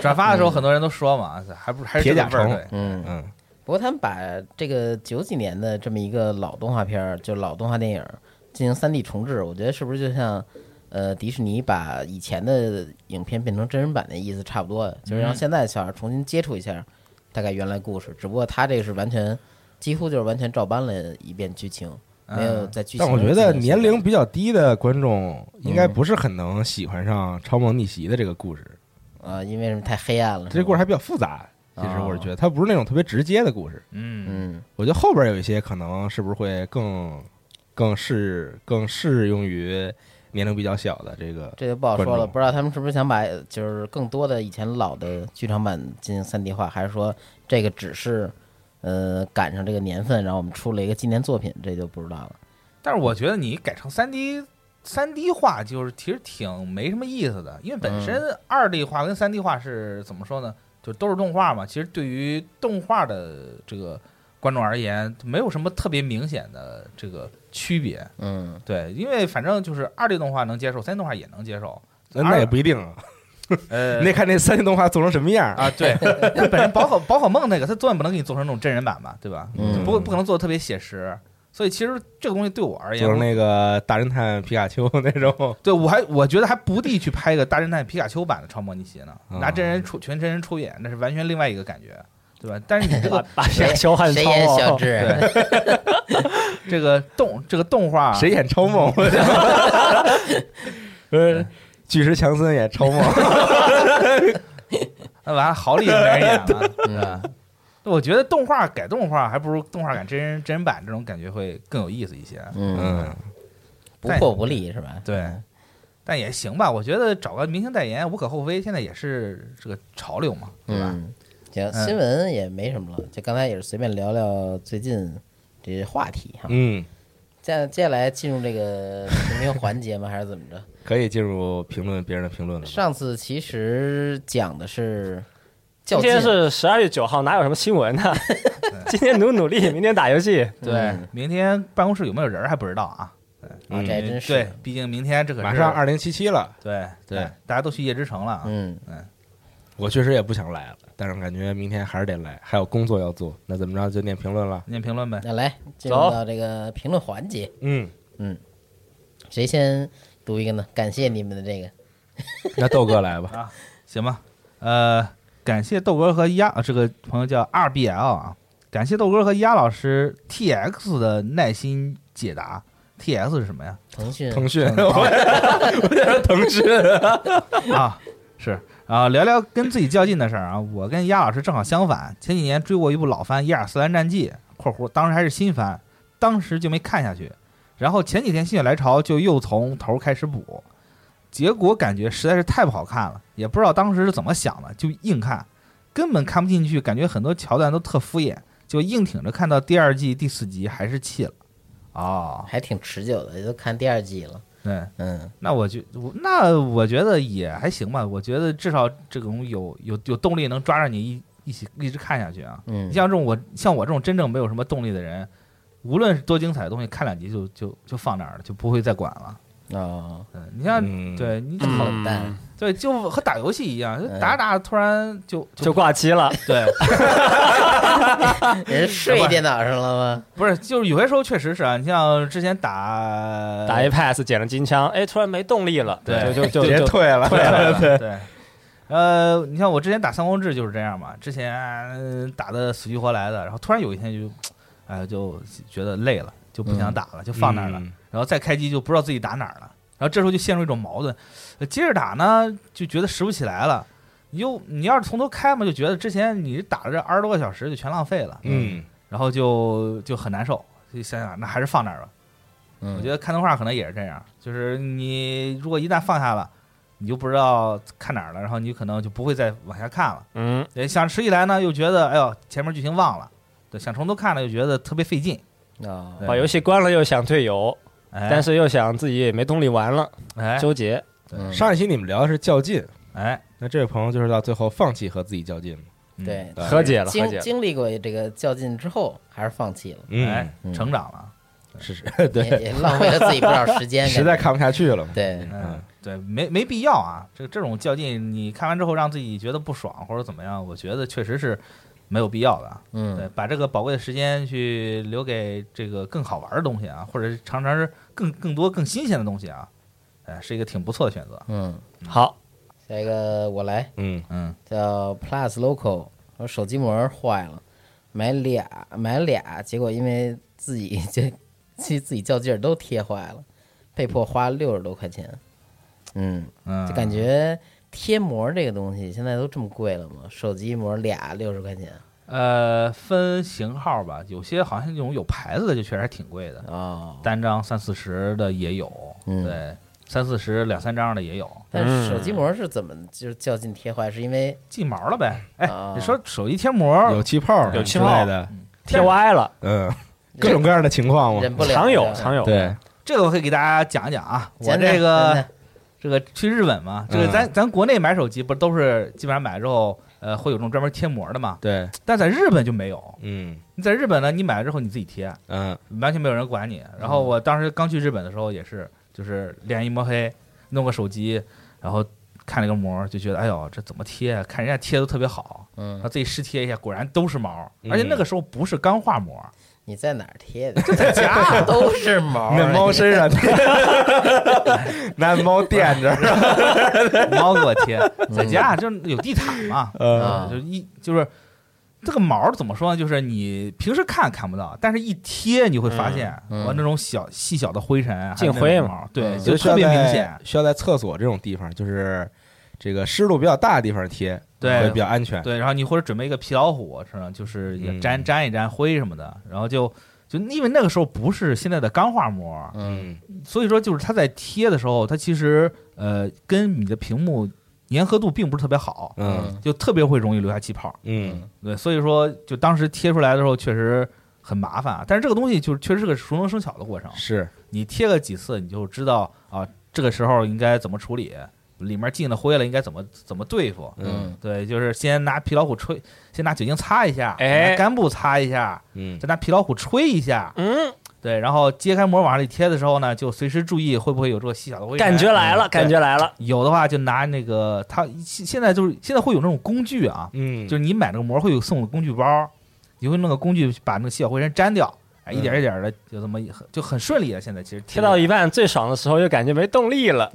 转发的时候很多人都说嘛，还不还是这个味
铁甲
儿
虫
对，
嗯。
嗯
不过他们把这个九几年的这么一个老动画片儿，就老动画电影儿进行三 D 重置，我觉得是不是就像呃迪士尼把以前的影片变成真人版的意思差不多，就是让现在的小孩重新接触一下大概原来故事，只不过他这是完全几乎就是完全照搬了一遍剧情，没有在剧情
但
上
我
进行
觉
修改。
得年龄比较低的观众
嗯
应该不是很能喜欢上《超梦逆袭》的这个故事，
啊，因为什么太黑暗了？
这故事
还
还比较复杂。其实
哦
我是觉得它不是那种特别直接的故事，
嗯，
嗯
我觉得后边有一些可能是不是会更更适更适用于年龄比较小的这个
这就不好说
观
了，
众
不知道他们是不是想把就是更多的以前老的剧场版进行三 D 化，还是说这个只是呃赶上这个年份，然后我们出了一个纪念作品，这就不知道了。
但是我觉得你改成三 D。三 D 画就是其实挺没什么意思的，因为本身二 D 画跟三 D 画是怎么说呢？就都是动画嘛。其实对于动画的这个观众而言，没有什么特别明显的这个区别。
嗯，
对，因为反正就是二 D 动画能接受，三 D 动画也能接受。
那那也不一定啊，
呃
你得看那三 D 动画做成什么样啊。
啊，对， 那本身宝可宝可梦那个，它总也不能给你做成那种真人版吧，对吧？
嗯
不不可能做的特别写实。所以其实这个东西对我而
嗯
言，
就是
我
那个大侦探皮卡丘 那种，
对我还我觉得还不地去拍一个大侦探皮卡丘版的超模逆袭呢，
啊
拿真人出全真人出演，那是完全另外一个感觉，对吧？但是你这
把
个
把
谁
小汉
谁
超
演小
哦，
智？
这个动这个动画，
谁演超梦？呃，巨石强森演超梦，
那完了豪利也没人 演了，对吧
嗯？
那我觉得动画改动画，还不如动画改真人真人版这种感觉会更有意思一些。
嗯，
嗯，
不破不立是吧？
对，但也行吧。我觉得找个明星代言无可厚非，现在也是这个潮流嘛，对吧？
嗯，行，
嗯
新闻也没什么了，就刚才也是随便聊聊最近这些话题哈。
嗯，
接接下来进入这个评评环节吗？还是怎么着？
可以进入评论别人的评论了吧。
上次其实讲的是较
今
劲，
天是十二月九号，哪有什么新闻呢？今天努努力，明天打游戏。
对，
嗯
明天办公室有没有人还不知道啊？嗯
啊，这还真是
对，毕竟明天这可是
马上二零七七了，
对
对，
大家都去夜之城了啊。
嗯，
我确实也不想来了，但是感觉明天还是得来，还有工作要做。那怎么着就念评论了？
念评论呗，
那来进入
走
到这个评论环节。
嗯
谁先读一个呢？感谢你们的这个，
那豆哥来吧，
行吧，呃，感谢豆哥和丫，呃这个朋友叫 RBL 啊，感谢豆哥和丫老师 TX 的耐心解答。TX 是什么呀？
腾讯
腾 讯， 我我在说腾讯，
嗯啊，是啊，聊聊跟自己较劲的事儿啊。我跟鸭老师正好相反，前几年追过一部老番《伊尔斯兰战记》（括弧当时还是新番），当时就没看下去。然后前几天心血来潮，就又从头开始补，结果感觉实在是太不好看了，也不知道当时是怎么想的，就硬看，根本看不进去，感觉很多桥段都特敷衍，就硬挺着看到第二季第四集还是弃了。哦，
还挺持久的，都看第二季了。
对，
嗯，
那我就我那我觉得也还行吧，我觉得至少这种有有有动力能抓着你一一起一直看下去啊。
嗯
你像这种我像我这种真正没有什么动力的人，无论是多精彩的东西，看两集就就就放那儿了，就不会再管了。
哦，
嗯，你像、
嗯
对你
好
嗯
淡，
对就和打游戏一样，就
嗯
打着打着突然就
就挂机了。
对，
人睡电脑上了吗？
不是就是有些时候确实是啊，你像之前打
打一 pass 捡了金枪，哎，突然没动力了，
对
就 就就
别
就
退了，
退了。
对对。呃，你像我之前打三国志就是这样嘛，之前呃打的死去活来的，然后突然有一天就，哎、就觉得累了，就不想打了，就放那儿了，
嗯
然后再开机就不知道自己打哪儿了，然后这时候就陷入一种矛盾，呃接着打呢就觉得拾不起来了，你又你要是从头开嘛，就觉得之前你打了这二十多个小时就全浪费了，
嗯，
然后就就很难受，就想想那还是放那儿吧，我
嗯
觉，得看动画可能也是这样，就是你如果一旦放下了，你就不知道看哪儿了，然后你可能就不会再往下看了。
嗯，
对，想迟一来呢，又觉得哎呦前面剧情忘了，对，想重头看了又觉得特别费劲。
哦，
对
把游戏关了又想退游，
哎，
但是又想自己也没动力玩了，
哎
纠结。
嗯
上一期你们聊的是较劲，
哎
那这位朋友就是到最后放弃和自己较劲嘛，
嗯
对，
对
和解了和解
经
了
经历过这个较劲之后，还是放弃了，
哎
嗯，，
嗯
成长了。
是是，
也
对，
也浪费了自己不少时间，
嗯实在
感觉
看不下去了嘛，
对，
嗯，对，没没必要啊。这这种较劲，你看完之后让自己觉得不爽或者怎么样，我觉得确实是没有必要的啊。对
嗯，，
把这个宝贵的时间去留给这个更好玩的东西啊，或者是尝尝是更更多更新鲜的东西啊，哎，是一个挺不错的选择。
嗯，
好，
下一个我来，
嗯
嗯，
叫 Plus Local，我手机膜坏了，买俩买俩，结果因为自己 就自自己较劲儿都贴坏了，被迫花六十多块钱。嗯，
嗯
就感觉贴膜这个东西现在都这么贵了吗？手机膜俩六十块钱
呃分型号吧，有些好像这种有牌子的就确实还挺贵的，
哦，
单张三四十的也有，
嗯
对，三四十两三张的也有，
但是手机膜是怎么就是较劲贴坏？是因为
进毛了呗。哎
啊，
你说手机贴膜
有气泡，
有气
之
泡
类的，
贴歪了，
嗯，各种各样的情况嘛，
忍不了
常有
的
常有。
对，
这个我可以给大家讲一讲啊，我
简单
这个
简单嗯
这个去日本嘛，这个咱、咱国内买手机不都是基本上买之后，呃，会有这种专门贴膜的嘛？
对，
但在日本就没有。
嗯
你在日本呢，你买了之后你自己贴，
嗯，
完全没有人管你。然后我当时刚去日本的时候也是，就是脸一摸黑，弄个手机，然后看了一个膜，就觉得哎呦这怎么贴啊？看人家贴的特别好，然
嗯
后，自己试贴一下，果然都是毛，
嗯
而且那个时候不是钢化膜，
你在哪儿贴的？ 在家都是毛，
那猫身 上，那猫垫着，
猫给我贴，在家就是有地毯嘛，
嗯
啊
就一就是这个毛儿怎么说呢？就是你平时看看不到，但是一贴你会发现，
嗯嗯
哇，那种小细小的灰尘，啊
进灰嘛
嘛，对，
嗯
所
就
以需要
特别明
在
显。
需要在厕所这种地方，就是这个湿度比较大的地方贴，
对
会比较安全。
对，然后你或者准备一个皮老虎，是吧？就是也
嗯
沾、沾一沾灰什么的，然后就就因为那个时候不是现在的钢化膜，
嗯，
所以说就是它在贴的时候，它其实呃跟你的屏幕粘合度并不是特别好，
嗯
就特别会容易留下气泡。
嗯
对，所以说就当时贴出来的时候确实很麻烦啊，但是这个东西就是确实是个熟能生巧的过程，
是
你贴个几次你就知道啊，这个时候应该怎么处理，里面进了灰了应该怎么怎么对付。
嗯
嗯
对，就是先拿皮老虎吹，先拿酒精擦一下，
哎
拿干布擦一下，
嗯
再拿皮老虎吹一下。
嗯，
对，然后揭开膜往上一贴的时候呢，就随时注意会不会有这个细小的灰尘。
感觉来了，
嗯
感觉来了。
有的话就拿那个，它现现在就是现在会有那种工具啊，
嗯，
就是你买那个膜会有送的工具包，你会弄个工具把那个细小灰尘粘掉，哎，哎，一点一点的就这么一就很顺利了。啊现在其实
嗯贴到一
半，
半最爽的时候，就感觉没动力了。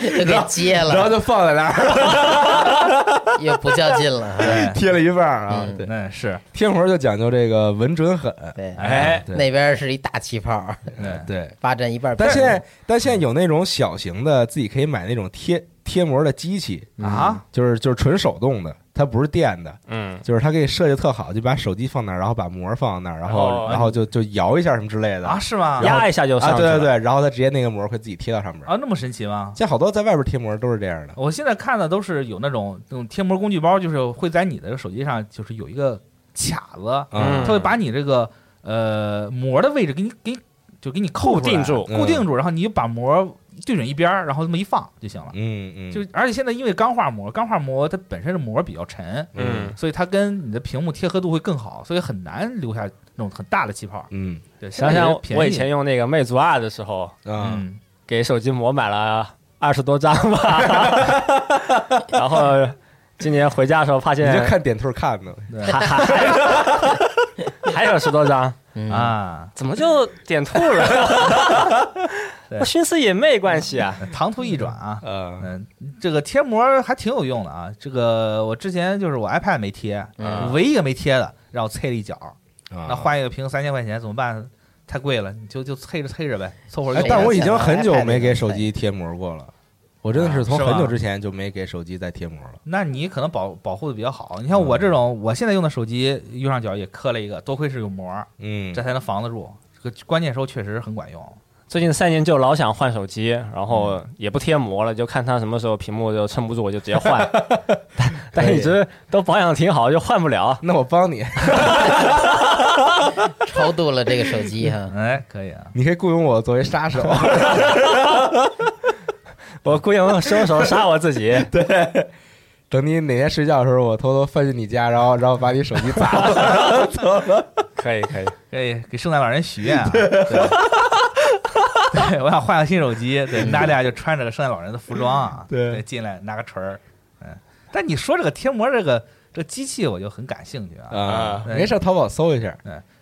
就给接
然后
了，
就放在那儿
又不较劲了。哎
贴了一半儿啊。
嗯
对，
那是
天活就讲究这个稳准狠，
对，
哎
对
那边是一大气泡，
嗯
对
对。
霸占一半儿。
但现在但现在有那种小型的，自己可以买那种贴贴膜的机器，
啊，
就是就是纯手动的，它不是电的，
嗯，
就是它可以设计特好，就把手机放那儿，然后把膜放那儿，然后
哦
然后就就摇一下什么之类
嗯
的
啊是吗？
然后
压一下就
啊，
上去
对
了。
对对，然后它直接那个膜会自己贴到上面。
啊那么神奇吗？
现在好多在外边贴膜都是这样的，
我现在看的都是有那种那种贴膜工具包，就是会在你的手机上就是有一个卡子，
嗯
啊
它会把你这个呃膜的位置给你给你就给你扣
固
出来
定住
嗯
固定住，然后你就把膜对准一边儿，然后这么一放就行了。
嗯嗯，
就而且现在因为钢化膜，钢化膜它本身的膜比较沉，
嗯
所以它跟你的屏幕贴合度会更好，所以很难留下那种很大的气泡。
嗯
对，现
想
在
想
也便宜
我以前用那个魅族二的时候，
啊
嗯，
给手机膜买了二十多张吧， 然后今年回家的时候发
你
现
就看点兔看的，
对
还还还有十多张，
嗯，
啊，
怎么就点吐了？ 我寻思也没关系啊，
唐突一转啊，
呃，
嗯，这个贴膜还挺有用的啊。这个我之前就是我 iPad 没贴，
嗯
唯一一个没贴的让我啐了一脚。那
那
换一个屏三千块钱怎么办？太贵了，你就就啐着啐着呗，凑合着
哎
用。，
但我已经很久没给手机贴膜过了，我真的是从很久之前就没给手机再贴膜了。
那你可能保保护的比较好。你像我
嗯
这种，我现在用的手机右上角也磕了一个，多亏是有膜，
嗯
这，才能防得住。这个关键时候确实很管用。
最近三年就老想换手机，然后
嗯
也不贴膜了，就看它什么时候屏幕就撑不住，我就直接 换。但但一直都保养的挺好，就换不了。
那我帮你，
超度了这个手机哈。
嗯
哎，可以啊，
你可以雇佣我作为杀手。
我雇佣凶手杀我自 己，
等你哪天睡觉的时候，我偷偷翻进你家，然后然后把你手机砸了。
可以可以。
可以给圣诞老人许愿啊。对， 对我想换个新手机，对，娜俩就穿着个圣诞老人的服装啊，
对
进来拿个锤儿，嗯。但你说这个贴膜这个这个机器，我就很感兴趣 啊。嗯
啊
啊，
没上淘宝搜一下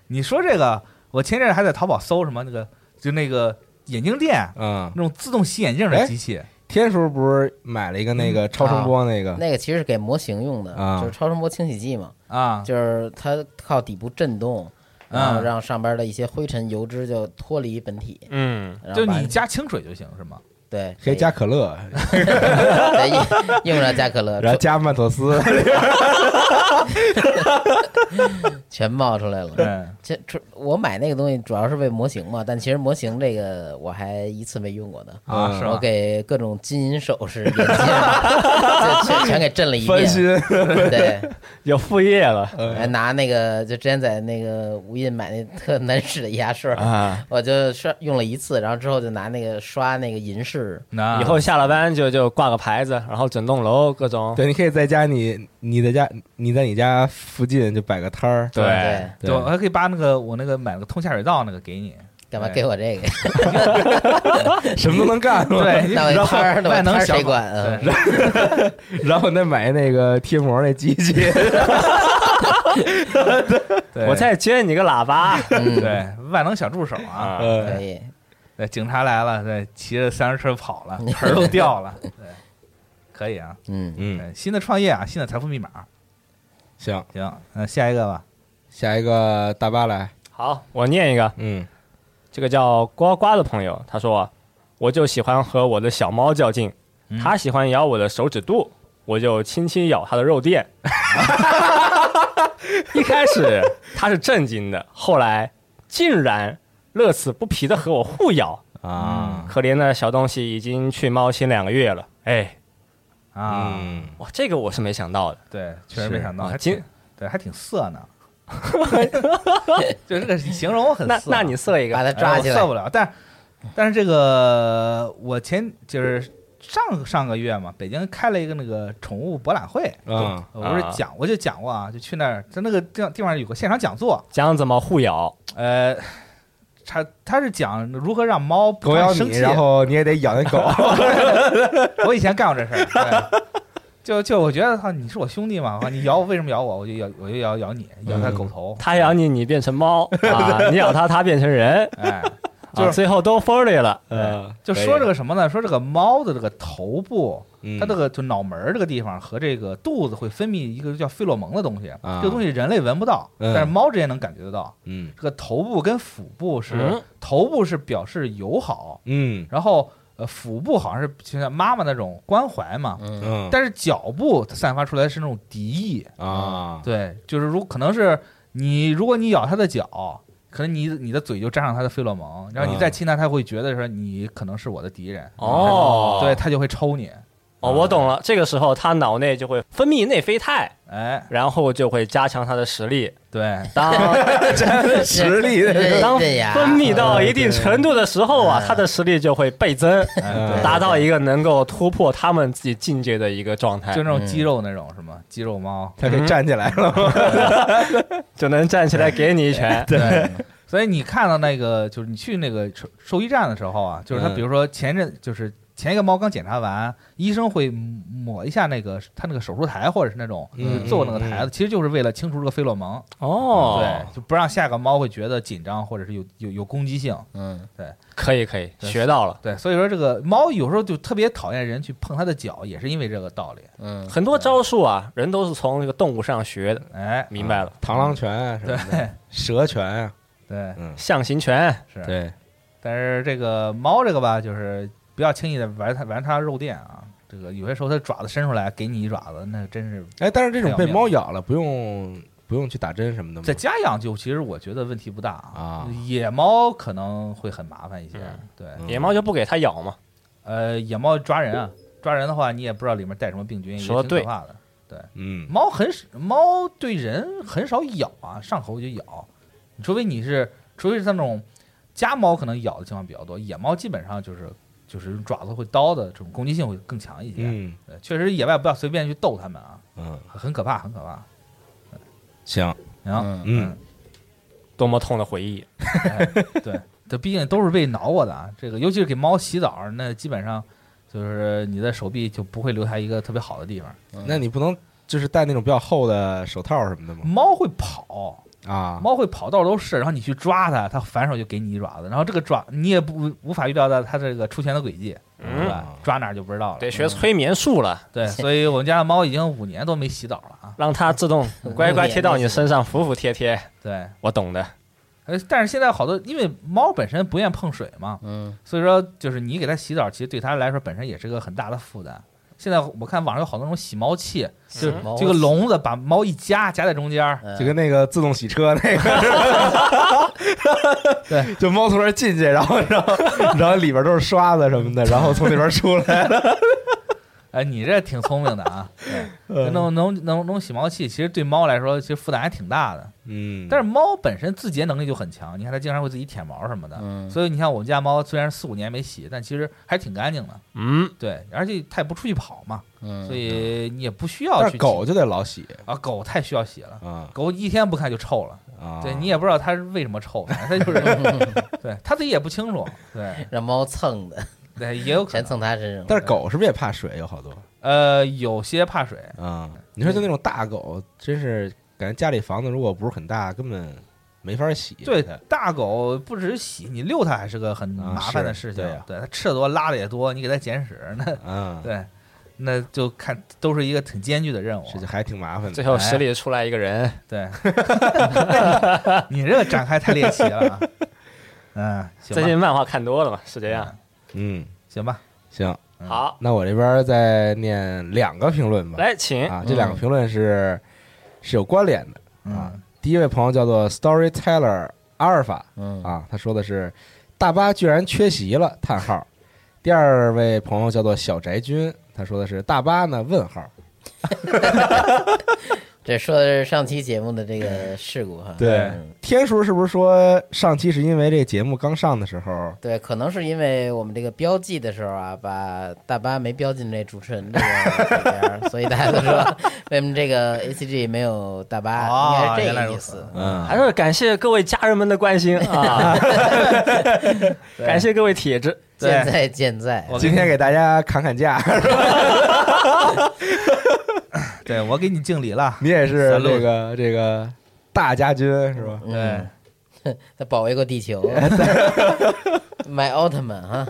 你说这个，我前阵儿还在淘宝搜什么那个，就那个眼镜店
啊。
那种自动洗眼镜的
哎
机器。
天叔不是买了一个那个超声波那个
那个其实是给模型用的，
啊
就是超声波清洗剂嘛，
啊，
就是它靠底部震动，然后
嗯
让上边的一些灰尘、油脂就脱离本体。
嗯，
然
就
后把
你加清水就行是吗？
对，
可以加可乐，
对用用不着加可乐，
然后加曼妥思，
全冒出来了。
嗯，
这这我买那个东西主要是为模型嘛，但其实模型这个我还一次没用过呢。
啊，是
我
吧？
给各种金银首饰、眼镜，就 全全给震了一
翻
遍。
新。
对，
有副业了
还拿那个就之前在那个无印买那特难使的牙刷，
啊！
我就刷用了一次，然后之后就拿那个刷那个银饰，
啊
那
以后下了班就就挂个牌子，然后整栋楼各种
对，你可以在家你你在家你在你家附近就摆个摊儿。
对
对，
对
对，我还可以把那个我那个买了个通下水道那个给你，
干嘛给我这个？
什么都能干。
对，你
那
然
我
后
摊儿，那
万
我摊
能
儿
小
谁
宝
管啊？
对
然后再买那个贴膜那机 器。
对
我再撅你个喇叭
嗯，
对万能小助手啊，
啊！
呃
可，以，
对，警察来了，对，骑着三轮车跑 了，盆儿都掉了，对，可以啊，
嗯，
嗯，
对，新的创业啊，新的财富密码，
行，
行，那下一个吧，
下一个大巴来。
好，我念一个，
嗯，
这个叫呱呱的朋友，他说：“啊我就喜欢和我的小猫较劲，
嗯
它喜欢咬我的手指肚，我就轻轻咬它的 肉垫。”一开始它是震惊的，后来竟然乐此不疲的和我互咬。
嗯
啊
可怜的小东西已经去猫星两个月了。哎，
啊，
嗯
哇，这个我是没想到的。
对，确实没想到，
啊
还
今
挺对，还挺色呢， 就这个形容很
那
色，
那你射一
把
个，
它抓起
哎我
来
受，不了。但但是这个我前就是上上个月嘛，北京开了一个那个宠物博览会，
啊
我不是讲我就讲过啊，就去那儿，在那个地方地方有个现场讲座，
讲怎么互咬。
呃，他他是讲如何让猫不
狗咬
生
你，
气。
然后你也得咬那狗。
我以前干过这事儿，对就就我觉得他，你是我兄弟嘛，啊你咬我为什么咬我？我就咬，我就咬咬你，咬他狗头，
他咬你，你变成 猫啊！你咬他，他变成人，
嗯
哎，就
啊，
是
最后都 furry 了。嗯，
就说这个什么呢？说这个猫的这个头部，
嗯
它这个就脑门儿这个地方和这个肚子会分泌一个叫费洛蒙的东西，
啊
这个东西人类闻不到，
嗯
但是猫之间能感觉得到。
嗯
这个头部跟腹部是、
嗯
头部是表示友好，
嗯
然后呃腹部好像是就像妈妈那种关怀嘛，
嗯
但是脚部散发出来是那种敌意，
啊，
对，就是如可能是你，如果你咬它的脚，可能你你的嘴就沾上它的费洛蒙，然
啊
后你再亲它，它会觉得说你可能是我的敌人，
哦
对，它就会抽你，
哦，我懂了。这个时候，他脑内就会分泌内啡肽，
哎，
然后就会加强他的实力。
对，
当
实力
当
对呀，
分泌到一定程度的时候
嗯
啊，他的实力就会倍增，
哎
达到一个能够突破他们自己境界的一个状
哎
态
对，就，
嗯
那种肌肉那种什么肌 肉猫，
他给站起来了，
就能站起来给你一拳。
对。所以你看到那个，就是你去那个兽兽医站的时候啊，就是他，
嗯
比如说前阵就是前一个猫刚检查完，医生会抹一下那个他那个手术台或者是那种
嗯
做那个台子，其实就是为了清除这个费洛蒙。
哦，
对，就不让下个猫会觉得紧张或者是有有有攻击性。
嗯，
可以可以，
对
学到了。
对，所以说这个猫有时候就特别讨厌人去碰它的脚，也是因为这个道理。
嗯
很多招数啊，人都是从这个动物上学的。
哎，
明白了，
螳螂拳啊什么
对哎
的，蛇拳啊，
对
嗯，
象形拳
是。
对，
但是这个猫这个吧，就是不要轻易的玩它玩它肉垫啊。这个有些时候它爪子伸出来给你一爪子，那真是
哎，但是这种被猫咬了，不用不用去打针什么的吗？
在家养就其实我觉得问题不大
啊
野猫可能会很麻烦一些，
嗯
对，
嗯
野猫就不给它咬嘛。
呃，野猫抓人啊，抓人的话你也不知道里面带什么病菌，也挺
说得
可
对
怕的。
嗯
猫很少，猫对人很少咬啊，上口就咬，除非你是，除非是那种家猫可能咬的情况比较多，野猫基本上就是就是爪子会刀的这种攻击性会更强一些。
嗯
对确实，野外不要随便去逗它们啊，
嗯，
很可怕，很可怕。
行，
然后，
嗯
嗯，
多么痛的回忆！
哎对，这毕竟都是被挠过的啊，这个尤其是给猫洗澡，那基本上就是你的手臂就不会留下一个特别好的地方。
嗯那你不能就是戴那种比较厚的手套什么的吗？
猫会跑，
啊，
猫会跑到处都是，然后你去抓它，它反手就给你一爪子，然后这个爪你也不无法预料到它这个出拳的轨迹，对
嗯，
吧？抓哪儿就不知道了。
得学催眠术了，
对，所以我们家的猫已经五年都没洗澡了啊。
让它自动乖乖贴到你身上，服服帖帖。
对，
我懂的，
呃，但是现在好多因为猫本身不愿碰水嘛，
嗯，
所以说就是你给它洗澡，其实对它来说本身也是个很大的负担。现在我看网上有好多那种洗猫器，就
洗猫
这个笼子把猫一夹夹在中间 儿，
嗯
就跟那个自动洗车那个，
对，
就猫从那儿进去，然后然后然后里边都是刷子什么的，然后从那边出来，
哎，你这挺聪明的啊！对，
嗯
弄弄弄弄洗猫器，其实对猫来说其实负担还挺大的。
嗯
但是猫本身自洁能力就很强，你看它经常会自己舔毛什么的，
嗯
所以你看我们家猫虽然四五年没洗，但其实还挺干净的。
嗯，
对，而且它也不出去跑嘛，
嗯，
所以你也不需要
但
去嗯
是
洗
狗就得老洗
啊，狗太需要洗了，
啊
狗一天不看就臭了。
啊，
对你也不知道它是为什么臭，反正它就是， 对它自己也不清楚。对
让猫蹭的，
对，也有可
全
能。
蹭它身上。
但是狗是不是也怕水？有好多
呃，有些怕水，
啊，你说就那种大狗，真是感觉家里房子如果不是很大，根本没法洗。
对，大狗不止洗，你遛它还是个很
啊
麻烦的
是
事情。
对呀
对它吃的多，拉的也多，你给它捡屎，那
啊，
对，那就看都是一个挺艰巨的任务。
是就还挺麻烦
最
的。
后十里出来一个人，
对， 你这个展开太猎奇了啊。嗯，行
最近
吧，
漫画看多了嘛，是这
啊
样。
嗯，
行吧，
行，
嗯
好，
那我这边再念两个评论吧。
来，请
啊，这两个评论是是有关联的。啊
嗯，
第一位朋友叫做 Storyteller 阿尔法
嗯
啊，他说的是大巴居然缺席了，叹号。第二位朋友叫做小宅君，他说的是大巴呢？问号。
这说的是上期节目的这个事故哈。
对
嗯
天叔是不是说上期是因为这个节目刚上的时候，
对，可能是因为我们这个标记的时候啊，把大巴没标进那主持人这个里边儿，所以大家都说为什么这个 A C G 没有大巴，
哦
应该啊是这
原来
个
如
意
此
思。
嗯
还是感谢各位家人们的关心啊， 感谢各位铁子。
健在健在，
我
今天给大家砍砍价，
对我给你敬礼了，
你也是
三路
这个这个大家军是吧？
对，
他嗯保卫过地 球，买奥特曼啊，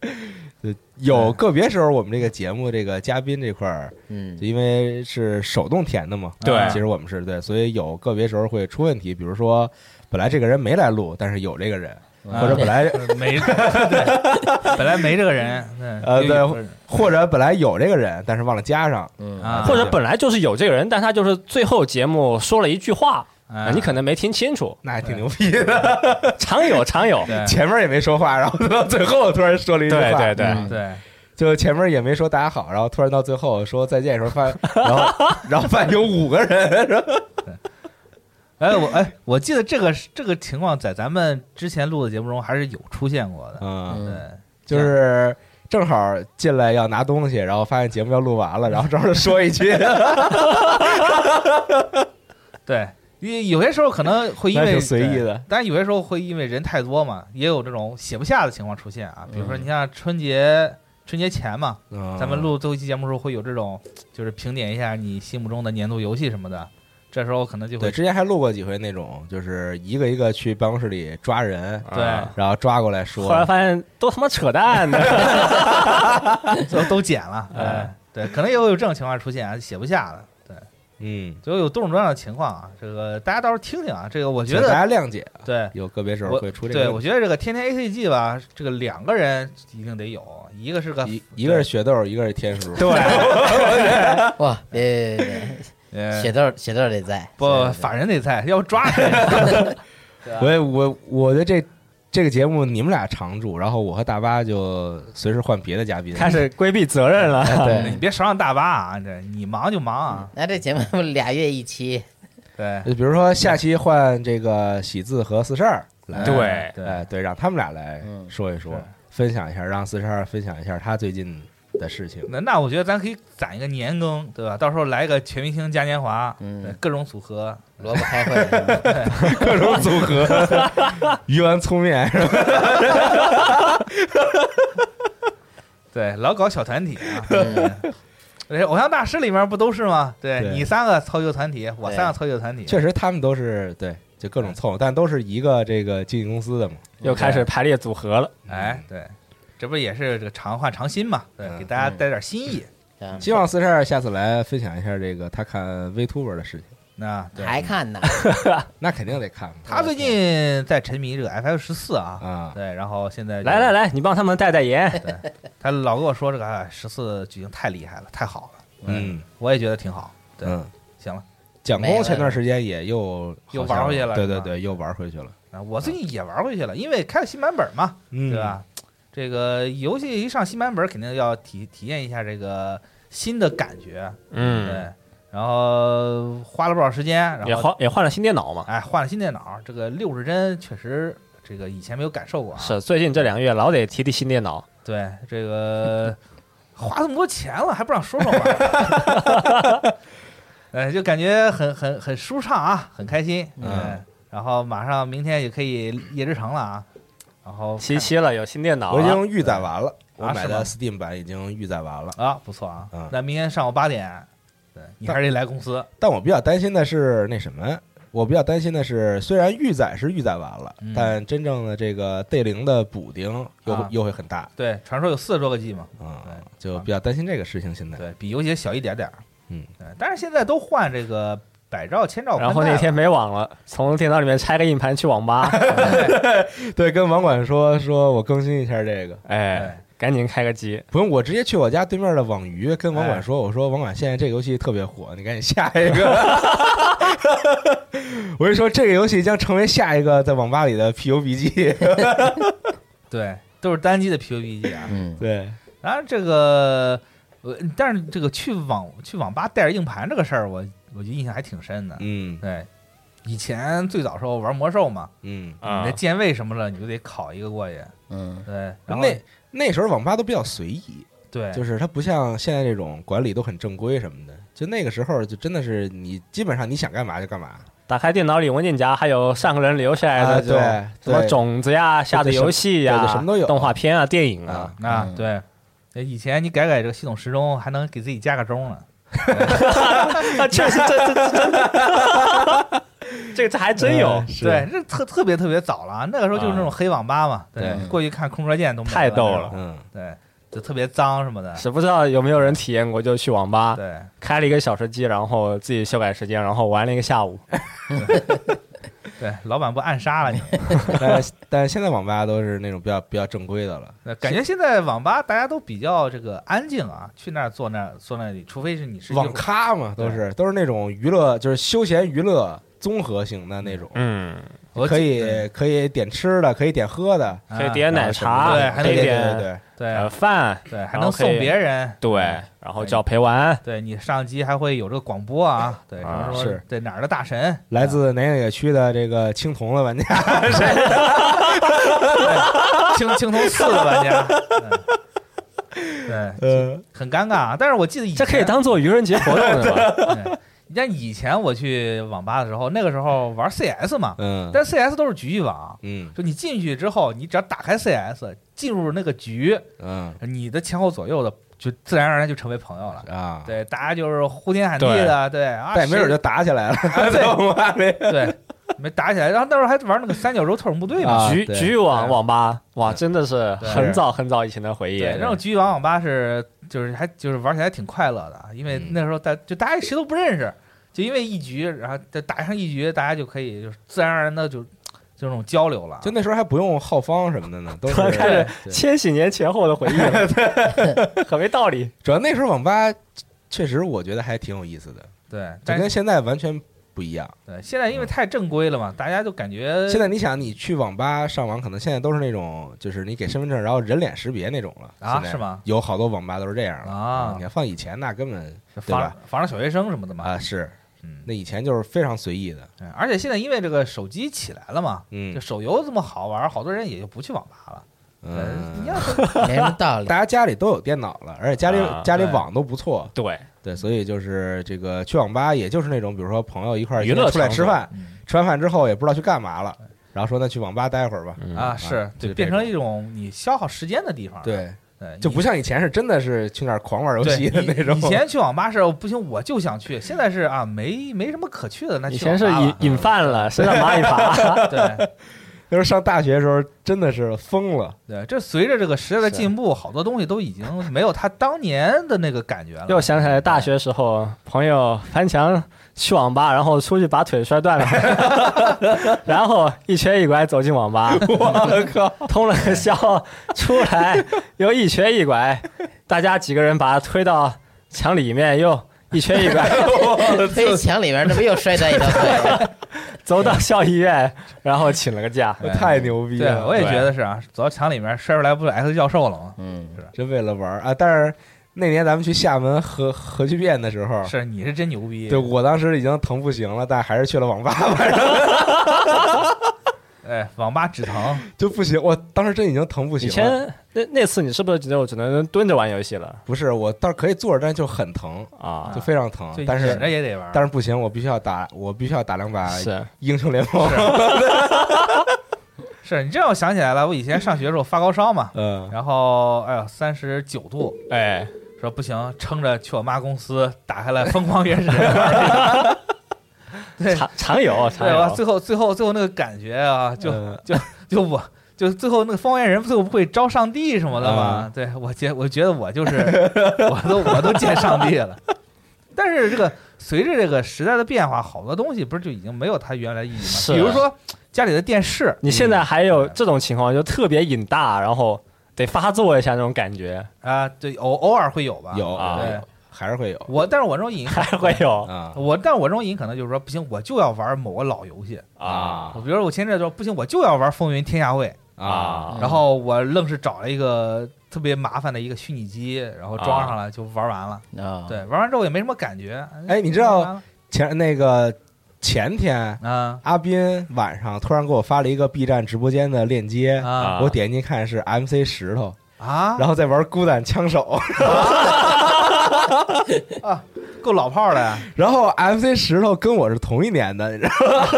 呃有个别时候我们这个节目这个嘉宾这块儿，
嗯
就因为是手动填的嘛，啊
对
其实我们是对，所以有个别时候会出问题，比如说本来这个人没来录，但是有这个人，
啊
或者
嗯
本来
没对，本来没这个人，对
呃对
有人
或者本来有这个人，但是忘了加上，
嗯，
啊，
或者本来就是有这个人，但他就是最后节目说了一句话，啊
哎
你可能没听清楚，
那还挺牛逼的，
常有常有，
对
前面也没说话，然后到最后突然说了一句
对
话，
对对，
嗯
对
就前面也没说大家好，然后突然到最后说再见的时 候发现，然后然后发现有五个人，然后
哎，我哎，我记得这个这个情况在咱们之前录的节目中还是有出现过的。
嗯，
嗯
对，
就是正好进来要拿东西，然后发现节目要录完了，然后正好说一 句，
对，因为有些时候可能会因
那
为
挺随意的
对但有些时候会因为人太多嘛，也有这种写不下的情况出现啊。比
嗯
如说，你像春节春节前嘛，嗯咱们录最后一期节目的时候会有这种，就是评点一下你心目中的年度游戏什么的。这时候可能
嗯
就
对，
会
之前还录过几回那种，就是一个一个去办公室里抓人，
啊
然后抓过来说
后，来发现都他妈扯淡 的，
都都剪了，哎，对，可能也会有这种情况出现啊，写不下了。对，
嗯，
所以有各种各样的情况啊，这个大家到时候听听啊，这个我
请
觉
大
得
家谅解，
对，
有个别时候
我
会出这个
对，
问
我
题。
觉得这个天天 ACG 吧，这个两个人一定得有，一个是个
一一个是雪豆，一个是天叔，
对，
哇，别别别别，
呃
血豆血豆得在，
不法人得在，要不抓人。
我也我我觉得这这个节目你们俩常驻，然后我和大巴就随时换别的嘉宾，
开始规避责任了。
对 嗯
你别少让大巴啊，这你忙就忙啊，
那这节目俩月一期，
对
呃就比如说下期换这个喜字和四十二来，
对
哎
对
对，让他们俩来说一说，
是
分享一下，让四十二分享一下他最近的事 情。
那那我觉得咱可以攒一个年更，对吧？到时候来个全明星嘉年华，
嗯
对，各种组合，
萝卜开会，
各种组合， 鱼丸粗面 是吧？
对，老搞小团 体啊。对对偶像大师里面不都是吗？对
对
你三个凑一个团体，我
对
三个凑一个团体，
确实，他们都是对，就各种凑，但都是一个这个经纪公司的嘛。
嗯
又开始排列组合了，
哎，对，这不也是这个常换常新嘛？对，
嗯
给大家带点新意。
嗯
希望四十二下次来分享一下这个他看 Vtuber 的事情，
那对，
还看 呢，
那肯定得看嘛
他最近在沉迷这个 FF 十四啊，
啊。
对，然后现在就
来来，来，你帮他们代代言。
他老跟我说这个十四剧情太厉害了，太好了，
嗯
我也觉得挺好。对，
嗯，
行了，
蒋公前段时间也又
又
好像
玩回去了
对
是
对
吧
对，又玩回去了，
啊，我最近也玩回去了，因为开了新版本嘛，
嗯
对？吧？这个游戏一上新版本，肯定要体体验一下这个新的感觉，
嗯，
对。然后花了不少时间，然后
也换也换了新电脑嘛。
哎，换了新电脑，这个六十帧确实这个以前没有感受过啊。
是最近这两个月老得提提新电脑，
对这个花这么多钱了，还不让说说玩？ 哎，就感觉很很很舒畅啊，很开心。
嗯
哎，然后马上明天也可以夜之城了啊。然后
七七了有新电脑
我已
了，
经预载完了，我
啊
买
是
的
吗
Steam 版已经预载完了。
啊，不错啊。
嗯
那明天上午八点，对你还是得来公司。
但我比较担心的是那什么，我比较担心的是，虽然预载是预载完了，
嗯
但真正的这个 D 零的补丁又、
啊
又会很大
对，传说有四十多个 G 嘛，
啊、
对
就比较担心这个事情。现在
对比游戏小一点点儿。
嗯
对，但是现在都换这个百兆、千兆宽带
然
了。
后那天没网了，从电脑里面拆个硬盘去网 吧，
对跟网管说说我更新一下这个，
哎，赶紧开个机。
不用我直接去我家对面的网鱼跟网管说，我说网管现在这个游戏特别火，你赶紧下一个。 我跟你说，这个游戏将成为下一个在网吧里的 PUBG。
对，都是单机的 PUBG 啊。
嗯，
对，
当然这个，呃，但是这个去网去网吧带着硬盘这个事儿，我我就印象还挺深的。
嗯
对，以前最早时候玩魔兽嘛，
嗯，
啊
你的键位什么了，你就得拷一个过去。
嗯，
对，然后
那那时候网吧都比较随意，
对，
就是它不像现在这种管理都很正规什么的，就那个时候就真的是你基本上你想干嘛就干嘛，
打开电脑里文件夹，还有上个人留下来
啊
的这种
对
什么
对
种子呀、下的游戏
对
呀、
对什么都有
动画片啊、电影啊
啊，
啊
嗯
对，以前你改改这个系统时钟，还能给自己加个钟呢。
啊，确实，这这这真的，这个这还真有，
是
对，，那特特别特别早了啊，那个时候就是那种黑网吧嘛，
对
过去看空车键都没
太逗
那
了
种
嗯，
对，就特别脏什么的，
是不知道有没有人体验过，就去网吧
对，
开了一个小时机，然后自己修改时间，然后玩了一个下午。
对，老板不暗杀了你们？
但是但是现在网吧都是那种比较比较正规的了，
对感觉现在网吧大家都比较这个安静啊，去那儿坐那儿坐那里，除非是你是一个
网咖嘛，都是都是那种娱乐，就是休闲娱乐综合型的那种，
嗯，
我
可
记
以
对
可以点吃的，可以点喝的，
啊
可以点奶茶，
对
可
还能
以
对
点
对对，
呃
对
饭，
对，还
然
能
后
送
可以
别人，
对，然后叫陪玩，
对你上机还会有这个广播啊，对，什
啊
么
是
说对哪儿的大神，
来自哪哪个区的这个青铜的玩家，
青青铜四的玩家，嗯对，
呃，
很尴尬啊。但是我记得以前
这可以当做愚人节活动是吧？
对你像以前我去网吧的时候，那个时候玩 CS 嘛，
嗯
但 CS 都是局域网，
嗯
就你进去之后，你只要打开 CS，进入那个局，
嗯
你的前后左右的就自然而然就成为朋友了。
啊，
对，大家就是呼天喊地的，对啊，
但也没准就打起来 了，懂吗？没
谁对，没打起来。然后那时候还玩那个三角洲特种部队嘛，
啊
局
对
局域网
对
网吧，哇，真的是
对
很早很早以前的回忆。
对，那种局域网网吧是就是还就是玩起来挺快乐的，啊因为
嗯
那时候大就大家谁都不认识，就因为一局，然后再打上一局，大家就可以就是自然而然的就就那种交流了。
就那时候还不用浩方什么的呢，都是
突然开始
对
千禧年前后的回忆了， 很没道理。
主要那时候网吧确实我觉得还挺有意思的，
对，
就
但
跟
是
现在完全不一样。
对现在因为太正规了嘛，大家就感觉
嗯现在你想，你去网吧上网，可能现在都是那种，就是你给身份证，然后人脸识别那种了
啊
现在
是吗
有好多网吧都是这样了
啊
你要放以前，那根本对
防
吧？
防着小学生什么的嘛。
啊，是，
嗯，
那以前就是非常随意的，
对而且现在因为这个手机起来了嘛，
嗯
就手游这么好玩，好多人也就不去网吧了。对
嗯
你，要是
没什么道理。
大家家里都有电脑了，而且家里
啊
家里
对
网都不错，
对，
对，所以就是这个去网吧，也就是那种，比如说朋友一块儿
娱乐
先出来
场
吃
所
饭，
嗯
吃完饭之后也不知道去干嘛了，然后说那去网吧待会儿吧，
啊，是
就
对，
这
变成
种
一种你消耗时间的地方了。
对，
对，
就
啊你
不像以前是真的是去那儿狂玩游
对
戏的
以
那种，
以前去网吧是不行，我就想去。现在是啊，没没什么可去的，那
以
去
前
网
是
吧嗯
瘾
吧
瘾犯了，身上蚂蚁爬。
对
那时候上大学的时候真的是疯了，
对，这随着这个时代的
是
进步，好多东西都已经没有他当年的那个感觉了。
又想起来 大学时候，朋友翻墙去网吧，然后出去把腿摔断了， 然后一瘸一拐走进网吧，我靠，通了个宵，出来又一瘸一拐，大家几个人把他推到墙里面，又一瘸一拐
飞墙里边，那不又摔断一条腿？
走到校医院，然后请了个 假。
对
太牛逼
哎对，
了！
我也
对
觉得是啊，走到墙里面摔出来不是 X 教授了吗？
嗯，
真为了玩儿啊！但是那年咱们去厦门核核聚变的时候，
是，你是真牛逼。
对我当时已经疼不行了，但还是去了网吧，晚上
哎，网吧止疼，
就不行，我当时真已经疼不
以
行了。
前那那次你是不是只能只能蹲着玩游戏了
不是，我倒是可以坐着，但就很疼，
啊
就？非常疼
就。
但
忍着
是
也得玩。
但是不行，我必须要打，我必须要打两把
是
英雄联盟。
是 你这让我想起来了，我以前上学的时候发高烧嘛，
嗯，
然后哎呦三十九度，
哎，
说不行，撑着去我妈公司打开了《疯狂原始人》对
常常有常
对吧？
有，
最后最后最后那个感觉啊，就、
嗯
就就我就最后那个方言人最后不会招上帝什么的
嗯
吗？
啊
对我觉我觉得我就是我都我都见上帝了。但是这个随着这个时代的变化，好多东西不是就已经没有它原来意义
是啊
吗？比如说家里的电视，
你现在还有这种情况，就特别瘾大，然后得发作一下那种感觉，
啊，对偶偶尔会有吧。
有
啊
对，
还是会有
我但是我这种瘾
还会有
啊
我但是我这种瘾可能就是说不行，我就要玩某个老游戏。
啊
我比如说我前阵子说不行，我就要玩《风云天下会》，
啊！
然后我愣是找了一个特别麻烦的一个虚拟机，然后装上了就玩完了。
嗯
啊，
对，玩完之后也没什么感觉。
哎你知道
玩完了
前那个前天
啊
阿斌晚上突然给我发了一个 B 站直播间的链接，
啊
我点进去看是 MC 石头，
啊！
然后在玩孤胆枪手，
够老炮儿的呀！
然后 MC 石头跟我是同一年的，你知道吗？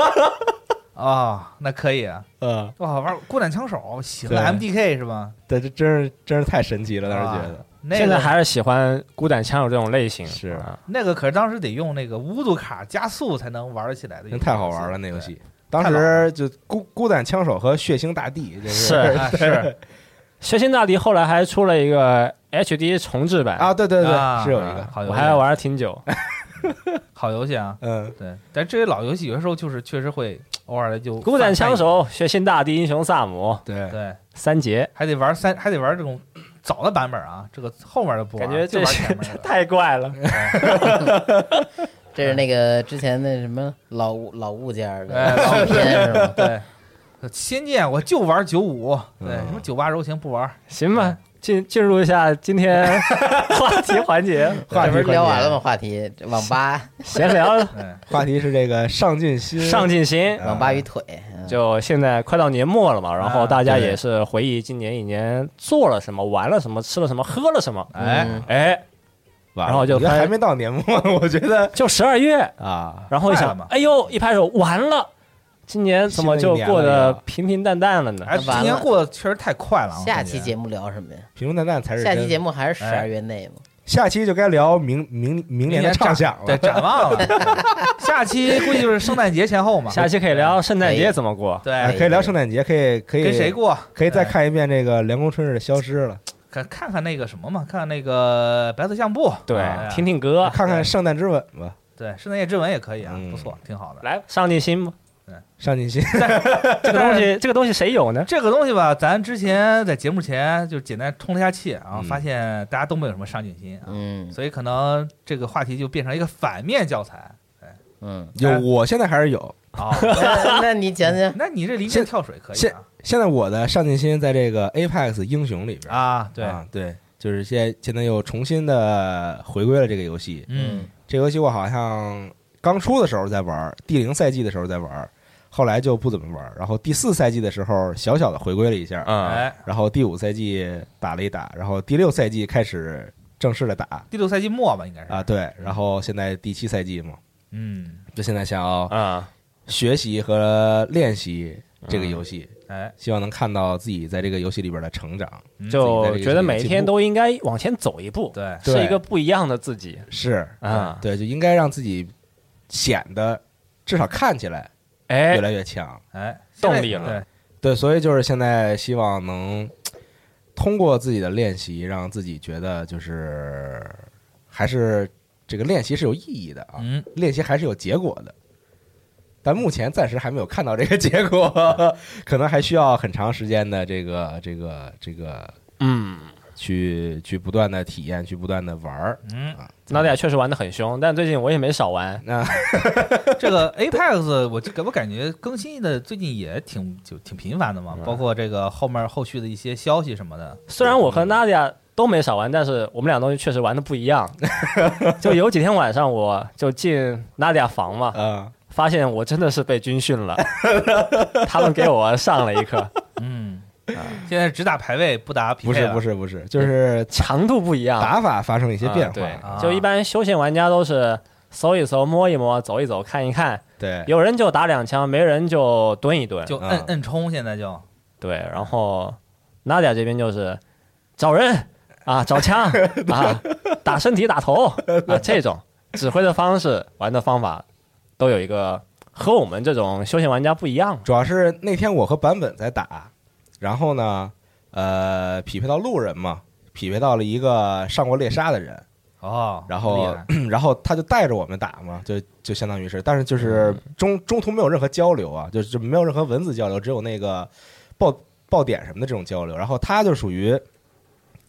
啊，那可以啊！
嗯，
哇，玩《孤胆枪手》行啊
对
，MDK 是吧？
对，这真是真是太神奇了，当时
啊
觉得，
那个
现在还是喜欢孤胆枪手这种类型。
是
啊
那个可是当时得用那个乌度卡加速才能玩得起来的，
真太好玩了那游戏。
太
当
老
时就孤孤胆枪手和血腥大地，就是
对。啊是
血腥大敌后来还出了一个 HD 重置版
啊，，对对
啊
对，是有一个，
好游
我
戏
还玩了挺久。
好游戏啊。
嗯，
对，但这些老游戏有的时候就是确实会偶尔的就
孤胆枪
反
手、血腥大地、英雄萨姆
对
叛一，对，
三杰，
还得玩三，还得玩这种早的版本啊，这个后面的不玩
感觉
就
这
玩
是
前面的
太怪了。
这是那个之前那什么老物老物件 儿
哎
的
老
老
物件
片是吗？
对。仙剑我就玩九五，对
嗯
什么九八柔情不玩，
行吧，进进入一下今天 话题环节，
话
这
题
不是
环节
聊完了吗？话题网吧、
闲 聊
对，
话题是这个上进心，
上进心。
啊
网吧与腿，嗯
就现在快到年末了嘛，然后
啊
大家
对
也是回忆今年一年做了什么、玩了什么、吃了什么、喝了什么。
哎，
嗯
哎，
完了，
然后就
我觉得
拍
还没到年末，我觉得
就十二月，
啊，
然后一
快了
想
嘛，
哎呦，一拍手，完了，今年怎么就过得平平淡淡了呢？
哎，
完
今
了
年过得确实太快了啊。
下期
目
节目聊什么呀？
平平淡淡才是
下期节
目，
目还是十
哎
二月内吗？
下期就该聊明明明年的畅想
对
了，
展望了， 下期估计就是圣诞节前后 嘛。
下期可以聊圣诞
可
节
以
怎么过，
啊
对，
可以聊圣诞节，可以可以
跟谁过？哎
可以再看一遍这个《凉宫春日的消失》了，
看看看那个什么嘛，看看那个白色相簿，
对
哎，
听听歌，
看看《圣诞之吻》吧，
对圣诞夜之吻也可以啊，
嗯
不错，挺好的。
来上进心吧。
上进心，
这个东西，这个东西谁有呢？
这个东西吧，咱之前在节目前就简单通了一下气啊，
嗯
发现大家都没有什么上进心啊，
嗯
所以可能这个话题就变成一个反面教材
嗯，
有，我现在还是有，
啊。
那那你讲讲，
那你这离线跳水可以
现
啊？
现在我的上进心在这个 Apex 英雄里边，
啊，对，
啊对，就是现在现在又重新的回归了这个游戏，
嗯，
这游戏我好像刚出的时候在玩，第零赛季的时候在玩，后来就不怎么玩。然后第四赛季的时候小小的回归了一下，
嗯，
哎，
然后第五赛季打了一打，然后第六赛季开始正式的打
第六赛季末吧，应该是
啊，，对，然后现在第七赛季嘛，
嗯，
就现在想要
啊，
学习和练习这个游
嗯
戏，
哎，
希望能看到自己在这个游戏里边的成长。
嗯
就觉得每一天都应该往前走一步，
对，
是一个不一样的自己
是，
啊。
对，就应该让自己显得至少看起来
哎
越，来越强。
哎，
动
现在
力了
对，
对，所以就是现在希望能通过自己的练习，让自己觉得就是还是这个练习是有意义的啊，
嗯，
练习还是有结果的。但目前暂时还没有看到这个 结果，可能还需要很长时间的这个这个这个
嗯，
去去不断的体验，去不断的玩儿。
嗯，
脑袋确实玩的很凶，但最近我也没少玩。
那
这个 Apex，我就给我感觉更新的最近也挺就挺频繁的
嗯
嘛，包括这个后面后续的一些消息什么的，
虽然我和
嗯
Nadia 都没少玩，但是我们俩东西确实玩的不 一样。就有几天晚上，我就进 Nadia 房嘛，
呃，
发现我真的是被军 训了，他们给我上了一课，
嗯，现在只打排位不打
啊
匹
不
配
是
了，
不是不是，就是
强度不一样，
打法发生了一些变化。
啊
啊
对，就一般休闲玩家都是搜一搜、摸一摸、走一走、看一看，
对，
有人就打两枪，没人就蹲一蹲，
就摁
嗯
摁冲，现在就
对，然后 Nadia 这边就是找人啊，找枪啊，打身体、打头啊，这种指挥的方式、玩的方法都有一个和我们这种休闲玩家不一样。
主要是那天我和版本在打，然后呢，呃，匹配到路人嘛，匹配到了一个上过猎杀的人，
哦，
然后
厉 害
然后他就带着我们打嘛，就就相当于是，但是就是
嗯
中中途没有任何交流啊，就是就没有任何文字交流，只有那个爆爆点什么的这种交流。然后他就属于，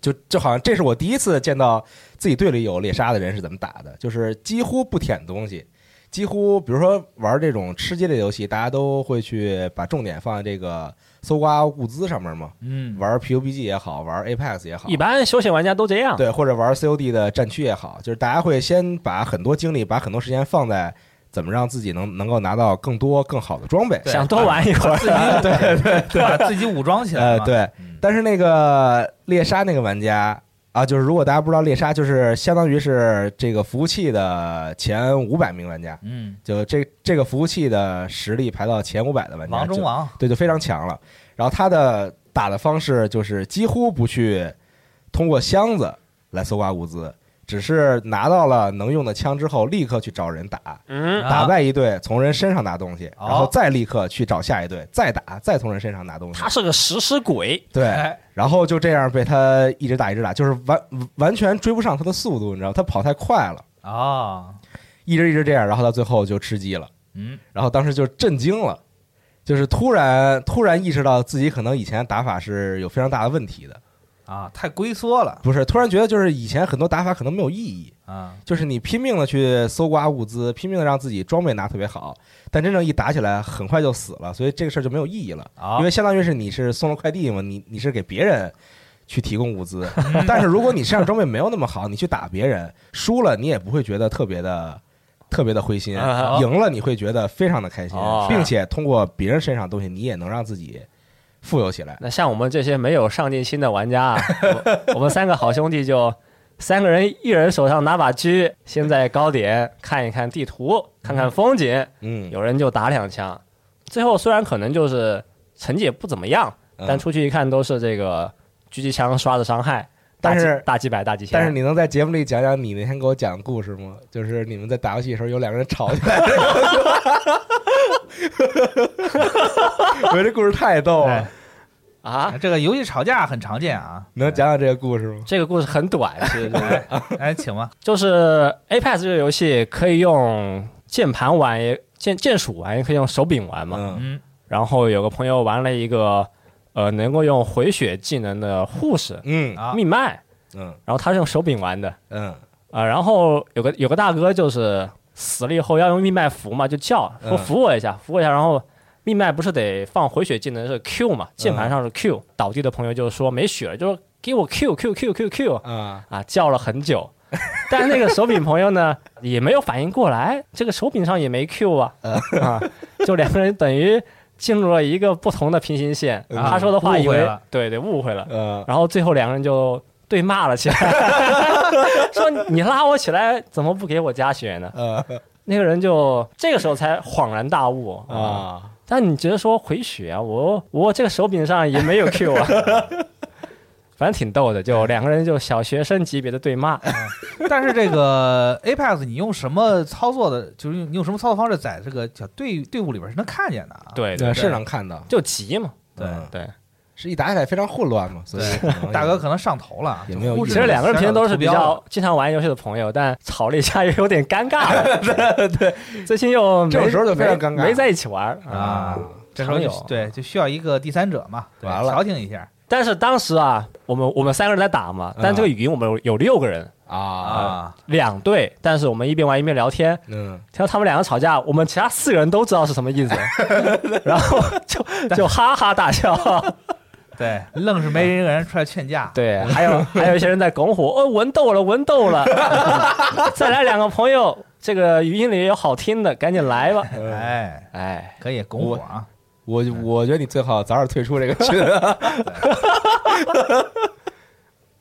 就就好像这是我第一次见到自己队里有猎杀的人是怎么打的，就是几乎不舔东西。几乎，比如说玩这种吃鸡类的游戏，大家都会去把重点放在这个搜刮物资上面嘛。
嗯，
玩 PUBG 也好，玩 Apex 也好，
一般休闲玩家都这样，
对，或者玩 COD 的战区也好，就是大家会先把很多精力、把很多时间放在怎么让自己能能够拿到更多更好的装备。
想多玩一会儿。
对对对，把自己武装起来
呃，
嘛，
对
嗯，
但是那个猎杀那个玩家啊，就是如果大家不知道猎杀，就是相当于是这个服务器的前五百名玩家，
嗯，
就这这个服务器的实力排到前五百的玩家，
王中
就
王，
对，就非常强了。然后他的打的方式就是几乎不去通过箱子来搜刮物资，只是拿到了能用的枪之后，立刻去找人打，
嗯，
打败一队，从人身上拿东西，
哦
然后再立刻去找下一队，再打，再从人身上拿东西
他。是个食尸鬼，
对，
哎，
然后就这样被他一直打一直打，就是完完全追不上他的速度，你知道，他跑太快了，
哦，
一直一直这样，然后到最后就吃鸡了。
嗯，
然后当时就震惊了，就是突然突然意识到自己可能以前打法是有非常大的问题的，
啊，太龟缩了
不是突然觉得就是以前很多打法可能没有意义，
啊，
就是你拼命的去搜刮物资，拼命的让自己装备拿特别好，但真正一打起来很快就死了，所以这个事儿就没有意义了，
啊
因为相当于是你是送了快递嘛，你你是给别人。去提供物 资，
嗯
但是如果你身上装备没有那么好，你去打别人输了，你也不会觉得特别的、特别的灰心；
啊
赢了，你会觉得非常的开心
哦，
并且通过别人身上的东西，你也能让自己富有起来。
那像我们这些没有上进心的玩家啊，我我们三个好兄弟就三个人，一人手上拿把狙，先在高点看一看地图，看看风景，
嗯，
有人就打两枪。最后虽然可能就是成绩也不怎么样，
嗯
但出去一看都是这个狙击枪刷的伤害，
但
大几
是
大几百大几千。
但是你能在节目里讲讲你那天给我讲的故事吗？就是你们在打游戏的时候有两个人吵起来 的故事。我觉得这故事太逗了，
哎啊，
哎这个游戏吵架很常见啊，
能讲讲这个故事吗？
这个故事很短，其实就是
哎，请 吧，
就是 Apex 这个游戏可以用键盘玩，也键键鼠玩，也可以用手柄玩嘛。
嗯
嗯
然后有个朋友玩了一个呃能够用回血技能的护士
嗯
啊
密麦，
嗯
然后他是用手柄玩的
嗯
啊、呃然后有个有个大哥就是死了以后要用密麦扶嘛，就叫
嗯
说扶我一下，扶我一下，然后。密麦不是得放回血技能是 Q 嘛？键
嗯
盘上是 Q，、倒地的朋友就说没血了，就说给我 Q Q Q Q Q，
啊
啊，叫了很 久，但是那个手柄朋友呢也没有反应过来，这个手柄上也没 Q 啊，
嗯
啊，就两个人等于进入了一个不同的平行线。
嗯
他说的话以
误会
为
了
对对误会了，
呃
然后最后两个人就对骂了起来， 说你拉我起来怎么不给我加血呢？
呃
那个人就这个时候才恍然大悟啊。
啊
但你觉得说回血啊，我我这个手柄上也没有 Q 啊。 反正挺逗的，就两个人就小学生级别的对骂，
但是这个 Apex 你用什么操作的，就是用你用什么操作方式在这个小队队伍里边是能看见的啊，
对
呃
对，
是能看到，
就急嘛。
对
嗯
对，
是一打起来非常混乱嘛，所以可能
大哥可能上头了啊，
也没有
就忽
意
其
视
思
实两个人平时都是
图
比
标了
较经常玩游戏的朋友，但吵了一架又有点尴尬了。对对，最近又没
这种时候就非常尴尬
没没在一起玩啊。
啊，这时候
常
就
有
对就需要一个第三者嘛，对
完了
调停一下
但是当时啊，我们我们三个人在打嘛，但这个语音我们有有六个人，
啊
啊，
两队，但是我们一边玩一边聊天，
嗯
听到他们两个吵架，我们其他四个人都知道是什么 意思，然后就就哈哈大笑。
对，愣是没人一个人出来劝架，
对，还有还有一些人在拱火，哦，文斗了，文斗 了，再来两个朋友，这个语音里也有好听的，赶紧来吧。
哎，
哎，
可以拱火啊，
我我觉得你最好早点退出这个群。啊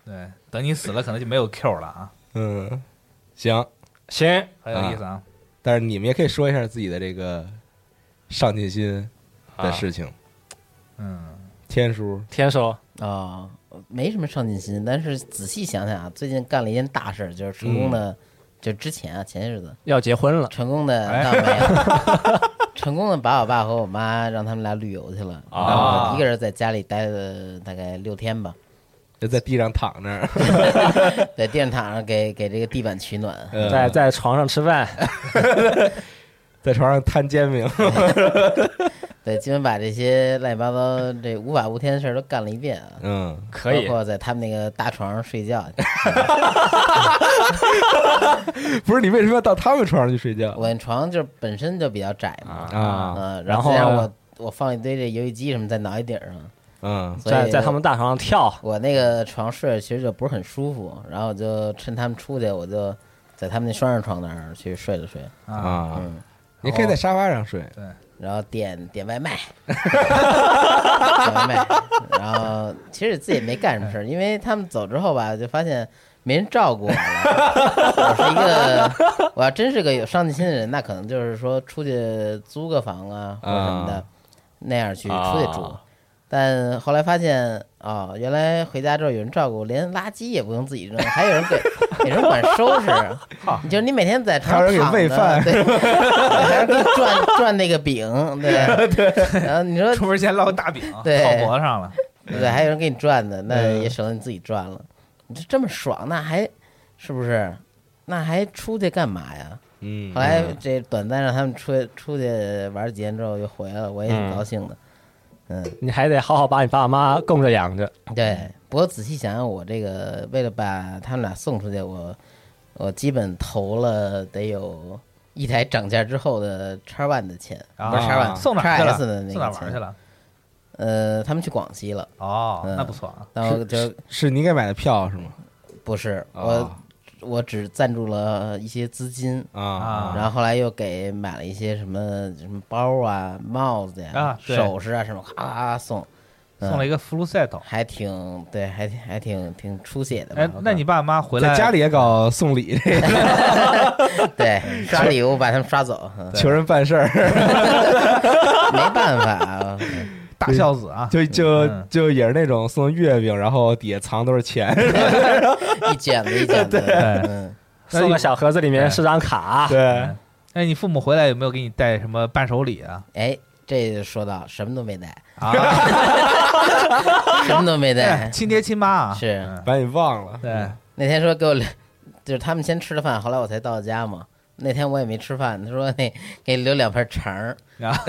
对，等你死了可能就没有 Q 了啊，
嗯，行，
行，
很有意思啊，
但是你们也可以说一下自己的这个上进心的事情。
嗯，
天叔，
天叔，
啊、没什么上进心，但是仔细想想啊，最近干了一件大事儿，就是成功的，就之前啊，前些日子
要结婚了
成功的
哎
倒没有 成功的把我爸和我妈让他们俩旅游去了，
啊
然后我一个人在家里待了大概六天吧，
就在地上躺 着，
在电躺上给给这个地板取暖，
呃
在在床上吃饭，
在床上摊煎 饼。
对，基本把这些乱七八糟这无法无天的事儿都干了一遍啊。
嗯，
可以
包括在他们那个大床上睡觉，
不是你为什么要到他们床上去睡觉
我床就是本身就比较窄嘛，
啊？
嗯，然
然后
后再让我我放一堆这游戏机什么在脑袋顶上，
嗯
所以
在在他们大床上跳，
我那个床睡着其实就不是很舒服，然后我就趁他们出去，我就在他们那双人床那儿去睡了睡，
啊，
啊，
嗯，
你可以在沙发上睡。
然后点点外卖，点外卖，然后其实自己也没干什么事儿，因为他们走之后吧，就发现没人照顾我了。我是一个，我要真是个有上进心的人，那可能
啊
就是说出去租个房啊或者什么的，那样去出去住。
啊
但后来发现啊、原来回家之后有人照顾，连垃圾也不用自己扔，还有人给有人管收 拾。你就是你每天在床
还
上
有人给
躺着
喂饭
对，还有人给你转转那个饼，对对。然后你说
出门前烙大饼，
对
套脖子上了，
对，还有人给你转的，那
嗯
也省得你自己转了。你就这么爽，那还是不是？那还出去干嘛呀？
嗯
后来这短暂让他们出去出去玩几天之后又回来了，我也挺高兴的。
你还得好好把你爸妈供着养着。
嗯对，不过仔细想想，我这个为了把他们俩送出去，我我基本投了得有一台涨价之后的叉 One 的钱，
啊
不是叉 One，
送哪儿去
X 的那
了？
个
送哪儿玩儿
钱
去？了？
呃，他们去广西了，
哦，
嗯
那不错啊，
然后就是
你给买的票是吗？
不是我
啊
我只赞助了一些资金，
啊
然后后来又给买了一些什么什么包啊、帽子呀、
啊对
首饰啊什么，咔咔咔送，嗯
送了一个福禄赛岛。
还挺对，还挺还挺挺出血的吧。
哎
我，
那
靠
你爸妈回来
在家里也搞送礼，
对刷礼物把他们刷走，嗯
求人办事儿，
没办法啊。
大孝子啊，
就就
嗯
就也是那种送月饼，然后底下藏都是钱，
一卷子一卷 子，嗯，
送个小盒子，里面是张卡。
对，
哎，你父母回来有没有给你带什么伴手礼啊？
哎，这就说到什么都没带，
啊，
什么都没带。
亲爹亲妈啊，
是
嗯
把你忘了。
对，
那天说给我留，就是他们先吃的饭，后来我才到家嘛。那天我也没吃饭，他说那给留两片肠儿，
然后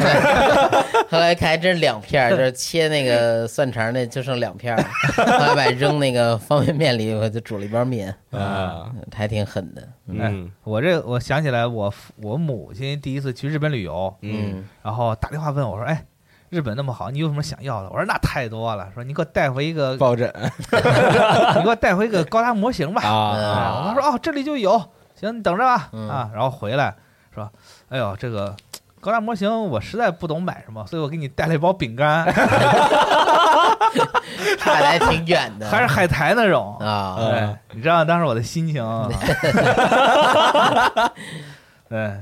后来看还真是两片儿，就是切那个蒜肠儿那就剩两片儿，后来把扔那个方便面里，我就煮了一包面，
啊，
还挺狠的。
嗯
我这我想起来，我父我母亲第一次去日本旅游，
嗯，
然后打电话问我说：“哎，日本那么好，你有什么想要的？”我说：“那太多了。”说：“你给我带回 一个，
抱枕
你给我带回一个高达模型吧。”啊，我
啊
妈说哦，这里就有，行，你等着吧，
嗯
啊，然后回来说，哎呦，这个高达模型我实在不懂买什么，所以我给你带了一包饼干，
嗯差的还挺远的，
还是海苔那种。
啊，
对，你知道当时我的心情啊，对，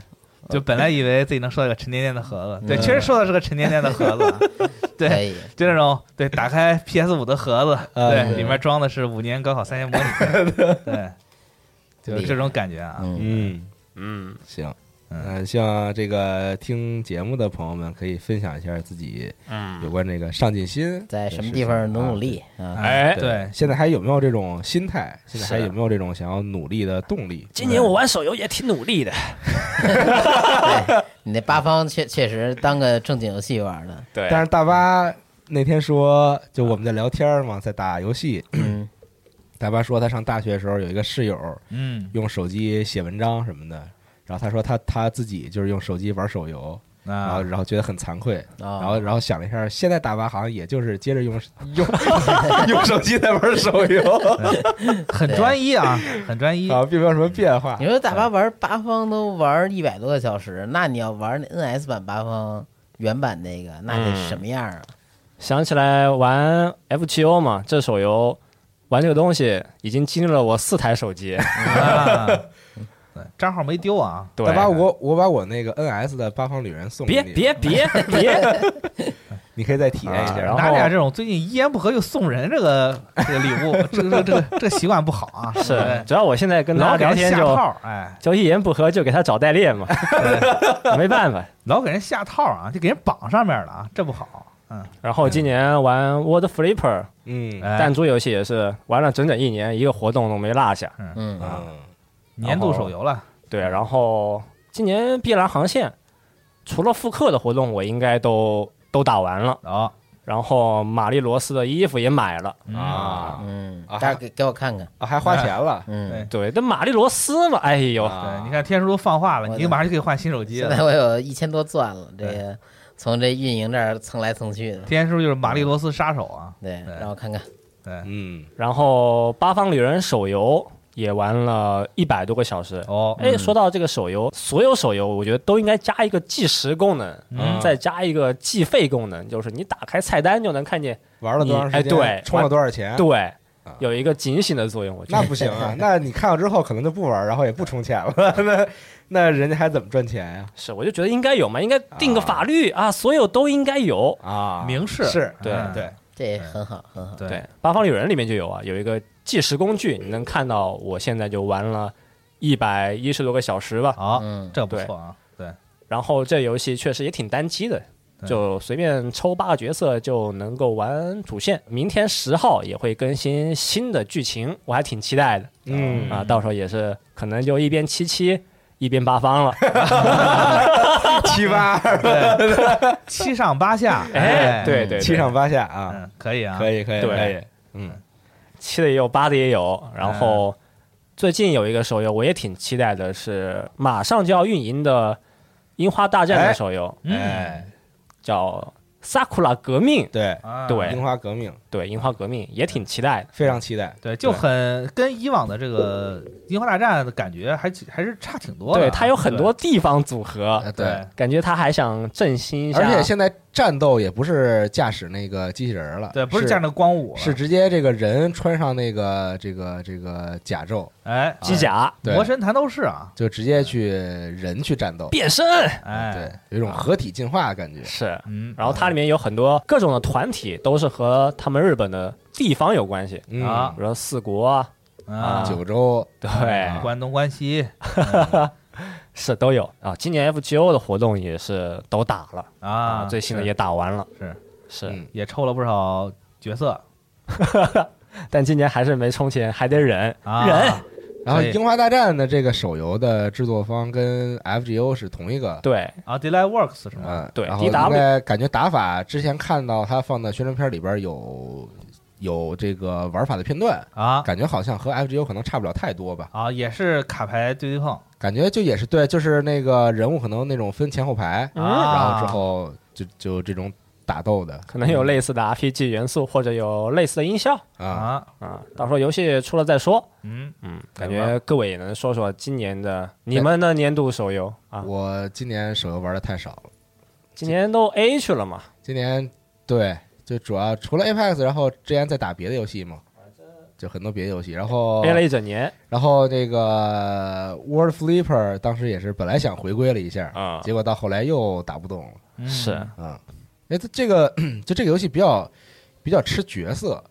就本来以为自己能收到一个沉甸甸的盒子，对，
嗯
确实收到是个沉甸甸的盒子，啊
可
对，
以，
就那种对，打开 PS 五的盒子，
嗯
对，里面装的是五年高考三年模拟，对，就这种感觉啊，
嗯，
嗯，
嗯，
行。
嗯
嗯，希望这个听节目的朋友们可以分享一下自己有关这个上进心
在什么地方努努力啊？
哎，
对，
现在还有没有这种心态？现在还有没有这种想要努力的动力？
今年我玩手游也挺努力的。
对，你那八方确确实当个正经游戏玩的，
对
但是大巴那天说，就我们在聊天嘛，在打游戏。
嗯，
大巴说他上大学的时候有一个室友
嗯
用手机写文章什么的，然后他说他他自己就是用手机玩手游，然
啊
后，然后觉得很惭愧，
然
然
啊
后然后想了一下，现在大巴好像也就是接着用用 用手机在玩手游，
很专一啊，很专一。
啊，并没有什么变化
你。说大巴玩八方都玩一百多个小时，那你要玩那 NS 版八方原版那个，那得什么样啊？
想起来玩 F 七 O 嘛，这手游玩这个东西已经经历了我四台手机。
啊，对，账号没丢啊，
对
大，巴，我我把我那个 NS 的八方旅人送给
别
你，
别别别，
你可以再体验一下。
啊
然
然
后
后
咱俩这种最近一言不合就送人这个这个礼物，这个这个这个这个习惯不好啊，
是
对，
主要我现在跟
老
他
给人
聊天
下
就
套，哎，
就一言不合就给他找代练嘛， 没办法。
老给人下套啊，就给人绑上面了啊，这不好，嗯，
然后今年玩 World Flipper
嗯
哎
弹珠游戏也是玩了整整一年，一个活动都没落下。
嗯，
啊
嗯
年度手游了，
对，然后今年碧蓝航线除了复刻的活动，我应该都都打完了。
哦，
然后玛丽罗斯的衣服也买了，
啊
嗯
啊，
待会儿给给我看看。
啊，还花钱了。
嗯，
对
对，但玛丽罗斯嘛，哎呦，
啊
对，你看天叔都放话了，
我的
你马上就可以换新手机
现
了。
在我有一千多钻了，这个从这运营这儿蹭来蹭去的。
天叔就是玛丽罗斯杀手啊，
对，
对
让我看看。
对，
嗯，
然后《八方旅人》手游也玩了一百多个小时。
哦，
哎，说到这个手游，所有手游我觉得都应该加一个计时功能，
嗯
再加一个计费功能，就是你打开菜单就能看见。
玩了多长时间？
你哎对
充了多少钱？
对，有一个警醒的作用。我觉
啊 那
得
不行啊！那你看了之后可能就不玩儿，然后也不充钱了， 那那人家还怎么赚钱呀？
是，我就觉得应该有嘛，应该定个法律啊，所有都应该有。
啊，
明示
是，
对
嗯
对，
这很好，很好。
对
对，八方旅人里面就有啊，有一个计时工具，你能看到我现在就玩了一百一十多个小时吧。
好，
嗯，
这不错啊，对，
然后这游戏确实也挺单机的，
对
就随便抽八个角色就能够玩主线。明天十号也会更新新的剧情，我还挺期待的。
嗯
啊，到时候也是可能就一边七七一边八方了。
七八二
七上八下，
哎， 对对，对
七上八下啊，
嗯，可以啊，
可以可以
对
可以，嗯，
哎七的也有，八的也有。然后最近有一个手游，我也挺期待的，是马上就要运营的《樱花大战》
哎
的手游，
嗯，
哎，
叫《萨库拉革命》。
对，
啊
对
樱花革命
对，《樱花革命》也挺期待的。
非常期待，
对，就很跟以往的这个《樱花大战》的感觉还其还是差挺多的啊，
对，它有很多地方组合，
呃
对，
感觉他还想振兴一下。
而且现在战斗也不是驾驶那个机器人儿了，
对，不是这样的光舞了，
是直接这个人穿上那个这个这个甲胄，
哎，
机甲
对
魔神弹斗士啊，
就直接去人去战斗，
变身
哎，
对，，有一种合体进化的感觉，
是，
嗯，
然后它里面有很多各种的团体，都是和他们日本的地方有关系，
嗯
啊
比如说四国啊，
啊，
九州
对，
哎
关东关西
是都有啊。今年 FGO 的活动也是都打了
啊，
最新的
是
也打完了，
是
是，
嗯
也抽了不少角色
但今年还是没充钱，还得忍
啊，
忍。
然后
所以
《樱花大战》的这个手游的制作方跟 FGO 是同一个，
对，
啊，Delay Works 是吗？
呃，
对
然后应
DW
该感觉打法之前看到他放的宣传片里边有有这个玩法的片段，
啊
感觉好像和 FGO 可能差不了太多吧，
啊，也是卡牌对对碰
感觉就也是对，就是那个人物可能那种分前后排，
啊，
嗯然后之后就就这种打斗的
可
嗯
能有类似的 RPG 元素，或者有类似的音效
啊，
啊，
啊。到时候游戏出了再说。
嗯，
嗯，感
明
觉各位也能说说今年的你们的年度手游啊，
我今年手游玩的太少了，
今年都 A 去了嘛，
今年对就主要除了 Apex，然后之前在打别的游戏嘛。就很多别的游戏，然后
哦
憋了一整年
然后这个 World Flipper 当时也是本来想回归了一下，
啊，
结果到后来又打不动了。
嗯
是
啊、哎，它这个就这个游戏比较比较吃角色，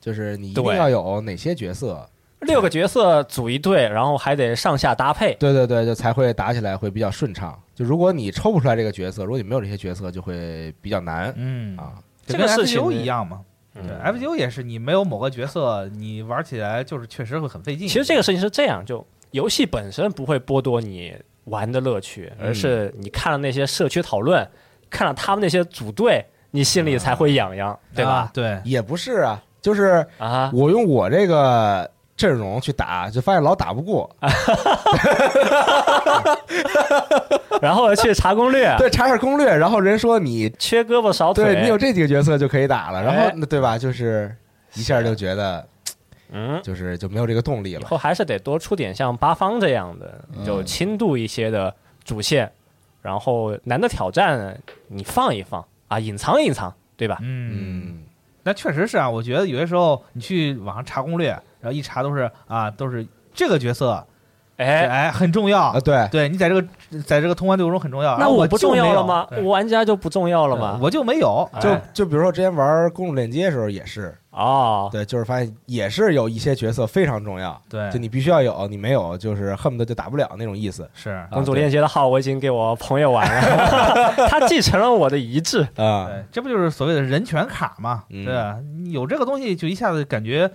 就是你一定
对
要有哪些角色，
六个角色组一队，然后还得上下搭配，
对对对，就才会打起来会比较顺畅。就如果你抽不出来这个角色，如果你没有这些角色，就会比较难
嗯，
啊。
就
这个
跟
事情
FGO 一样嘛。对
嗯
，FGO 也是，你没有某个角色，你玩起来就是确实会很费劲。
其实这个事情是这样，就游戏本身不会剥夺你玩的乐趣，而
嗯
是你看了那些社区讨论，看了他们那些组队，你心里才会痒痒，对
啊
吧？
对，
也不是啊，就是
啊，
我用我这个阵容去打，就发现老打不过。
啊然后去查攻略，
对，查查攻略，然后人说你
缺胳膊少
对你有
腿，
这几个角色就可以打了，然
哎
后那对吧？就是一下就觉得
嗯，
就是就没有这个动力
以
了。
后还是得多出点像八方这样的，
嗯
就轻度一些的主线，然后难的挑战你放一放啊，隐藏隐藏，对吧？
嗯，
嗯，
那确实是啊，我觉得有些时候你去网上查攻略，然后一查都是啊，都是这个角色，
哎，
哎，很重要
啊，。对，
对你在这个在这个通关队伍中很重要。
那
啊我
不
就
重
没
要
有
了吗？
对嗯
我玩家就不重要了吗？
我就没有，
哎
就就比如说之前玩公主链接的时候也是，
哦，
对，就是发现也是有一些角色非常重要，
哎
对
就，你必须要有，你没有就是恨不得就打不了那种意思
是，
啊公主链接的号我已经给我朋友玩了，他继承了我的遗 志。
啊。
对，这不就是所谓的人权卡嘛？
嗯
对吧，你有这个东西就一下子感觉，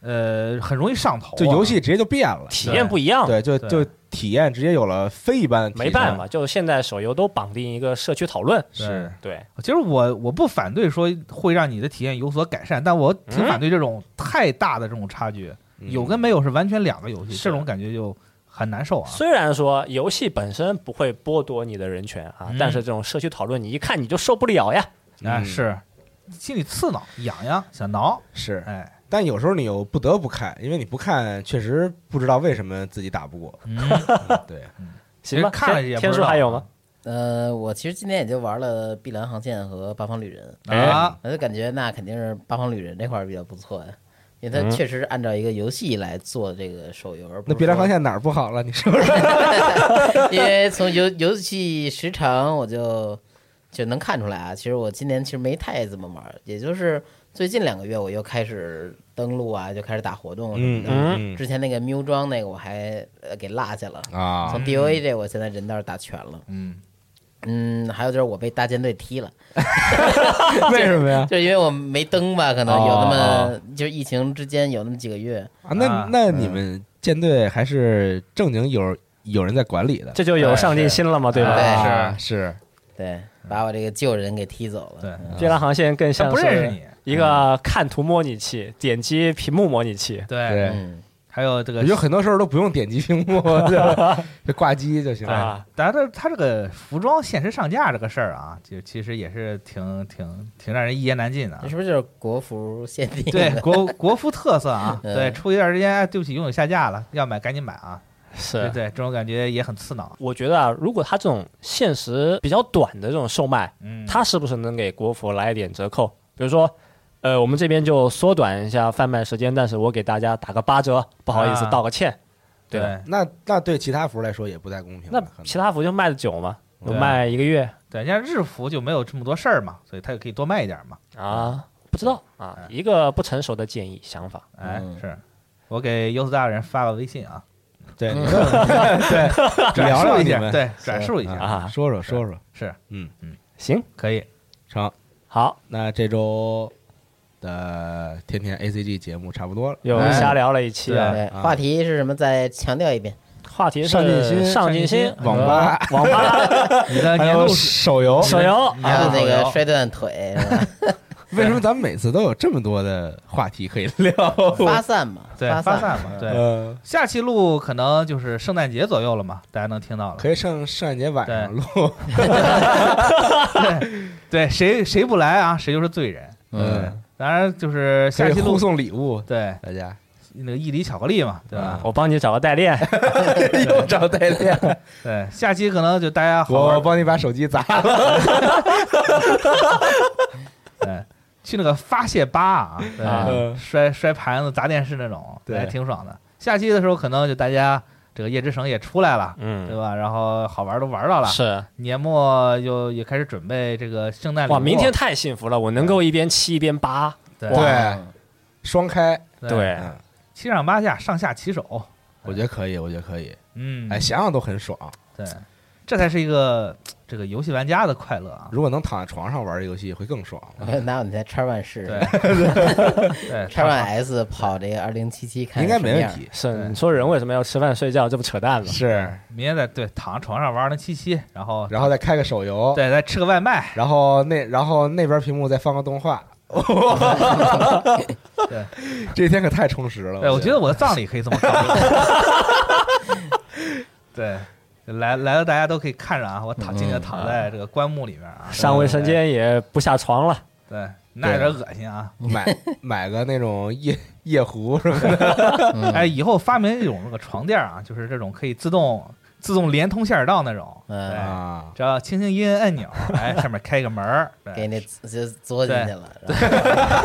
呃，很容易上头啊。
就游戏直接就变了，
体验不一样，
对，就
对
就体验直接有了非一般的提升，
没办法，就现在手游都绑定一个社区讨论，
对
是，
对，
其实我我不反对说会让你的体验有所改善，但我挺
嗯
反对这种太大的这种差距，
嗯
有跟没有是完全两个游戏，
是
这种感觉就很难受啊。
虽然说游戏本身不会剥夺你的人权啊，
嗯
但是这种社区讨论你一看你就受不了呀。
哎，
嗯
是心里刺挠、痒痒、想挠，
是，
哎，
但有时候你又不得不看，因为你不看确实不知道为什么自己打不过，
嗯
对，
其
行
实
吧，
哎看了
天
也不
天
知
数
道嗯
还有吗？
呃，我其实今天也就玩了《碧蓝航线》和《八方旅人》，
啊，
我就感觉那肯定是《八方旅人》这块儿比较不错呀。因为它
嗯
确实是按照一个游戏来做这个手游。而不
那
是
《碧蓝
说
航线》哪儿不好了？你是不是？
因为从游游戏时长，我就就能看出来啊。其实我今年其实没太怎么玩儿，也就是最近两个月我又开始登录啊，就开始打活动什么的。
嗯
之前那个喵装那个我还呃给落下了，
啊
从 DOA 这我现在人倒是打全了。
嗯，
嗯，还有就是我被大舰队踢了，
为什么呀？
就是因为我没登吧，可能有那
哦
么就疫情之间有那么几个月。
啊，那
啊
那你们舰队还是正经有有人在管理的，
这就有上进心了嘛，
哎
对吧？
对
啊是
对，
嗯
把我这个旧人给踢走了。
对
嗯
碧蓝航线更
他
像
不认识
是
你，
一个看图模拟器，点击屏幕模拟器。
对，
对，
嗯，
还有这个
我觉得很多时候都不用点击屏幕，就就挂机
嗯
就行了。
啊，
当然，他他这个服装限时上架这个事儿啊，就其实也是挺挺挺让人一言难尽的啊
这。是不是就是国服限定？
对，国国服特色啊，
嗯
对，出一段时间，哎，对不起，拥有下架了，要买赶紧买啊，对
是。
对，这种感觉也很刺挠。
我觉得啊，如果它这种限时比较短的这种售卖，
嗯，
它是不是能给国服来一点折扣？比如说，呃，我们这边就缩短一下贩卖时间，但是我给大家打个八折，不好意思，
啊
道个歉。对
对
那那对其他服来说也不太公平
那
了。可能
其他服就卖的久嘛，能
对啊
卖一个月
对，人家日服就没有这么多事儿嘛，所以他就可以多卖一点嘛。
啊？不知道啊，一个不成熟的建议想法。
哎，
嗯
是我给优子大人发个微信啊，
对
嗯
你 问问对聊
转
聊
述一
你
下，
们
对，转述一
啊
下，
说说说说，
是
嗯，
行，
可以。
成。
好，
那这周的天天 A C G 节目差不多了，
又
哎
瞎聊了一期
对
啊，
对，
啊
话题是什么？再强调一遍。
话题是
上进心
上进心
上进、心网吧、
网吧、
你
还
的年
有
度
手游，
嗯手游。
还有
啊
那
手
个
游
摔断 腿是吧
为什么咱们每次都有这么多的话题可以聊？
发散嘛，
对
发
发散嘛，对。
呃，
下期录可能就是圣诞节左右了嘛，大家能听到了。
可以上圣诞节晚上录，
对，谁谁不来啊，谁就是罪人。
嗯，
当然就是
可
下
以
期录
互送礼物，
对
大家
那个一梨巧克力嘛，对吧？
我帮你找个代练，
又找代练，
对，下期可能就大家好
我
玩，
帮你把手机砸了。
对，去那个发泄吧啊，
啊
对，摔摔盘子、砸电视那种，
对
还挺爽的。下期的时候可能就大家这个夜之城也出来了，对
嗯，
吧？然后好玩都玩到了，
是
年末又也开始准备这个圣诞礼物。
哇，明天太幸福了，我能够一边七一边八，
对嗯
对，双开，
对，
嗯，
七上八下，上下其手，
我觉得可以，我觉得可以，
嗯，
哎，想想都很爽。
对，这才是一个这个游戏玩家的快乐啊。
如果能躺在床上玩这游戏，会更爽。
哪有你在叉 One 试
对
试？，
对，
叉 One S 跑这个二零七七，看
应该
什么
没问
样。
题。
是你说人为什么要吃饭睡觉，这不扯淡吗？
是，
明天再对躺床上玩那七七，然后
然后再开个手游，
对再吃个外卖，
然后那然后那边屏幕再放个动 画。 对，这一天可太充实了。
对我觉得我的葬礼可以这么 搞。对，来来了，大家都可以看着啊，我躺静静地躺在这个棺木里面啊，
上卫生间也不下床了，
对，那有点恶心啊。
买买个那种夜夜壶什么的，
哎，以后发明一种那个床垫啊，就是这种可以自动自动连通下水道那种，
嗯
对，
啊，
只要轻轻一摁按钮，哎，上面开个门儿，哎对
给你就嘬进去了，然后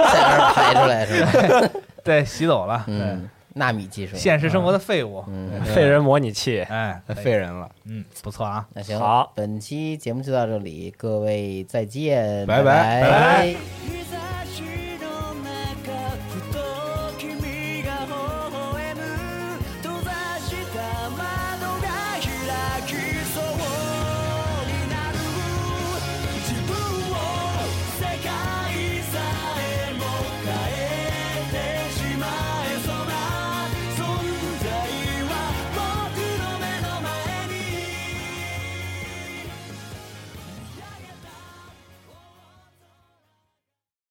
在那儿排出来是吧？
对，洗走了，对，
嗯，纳米技术。
现实生活的废物，
嗯，
废人模拟器。
哎，
太费人了。
嗯，不错啊。
那行，
好
本期节目就到这里，各位再见，
拜
拜
拜拜
拜。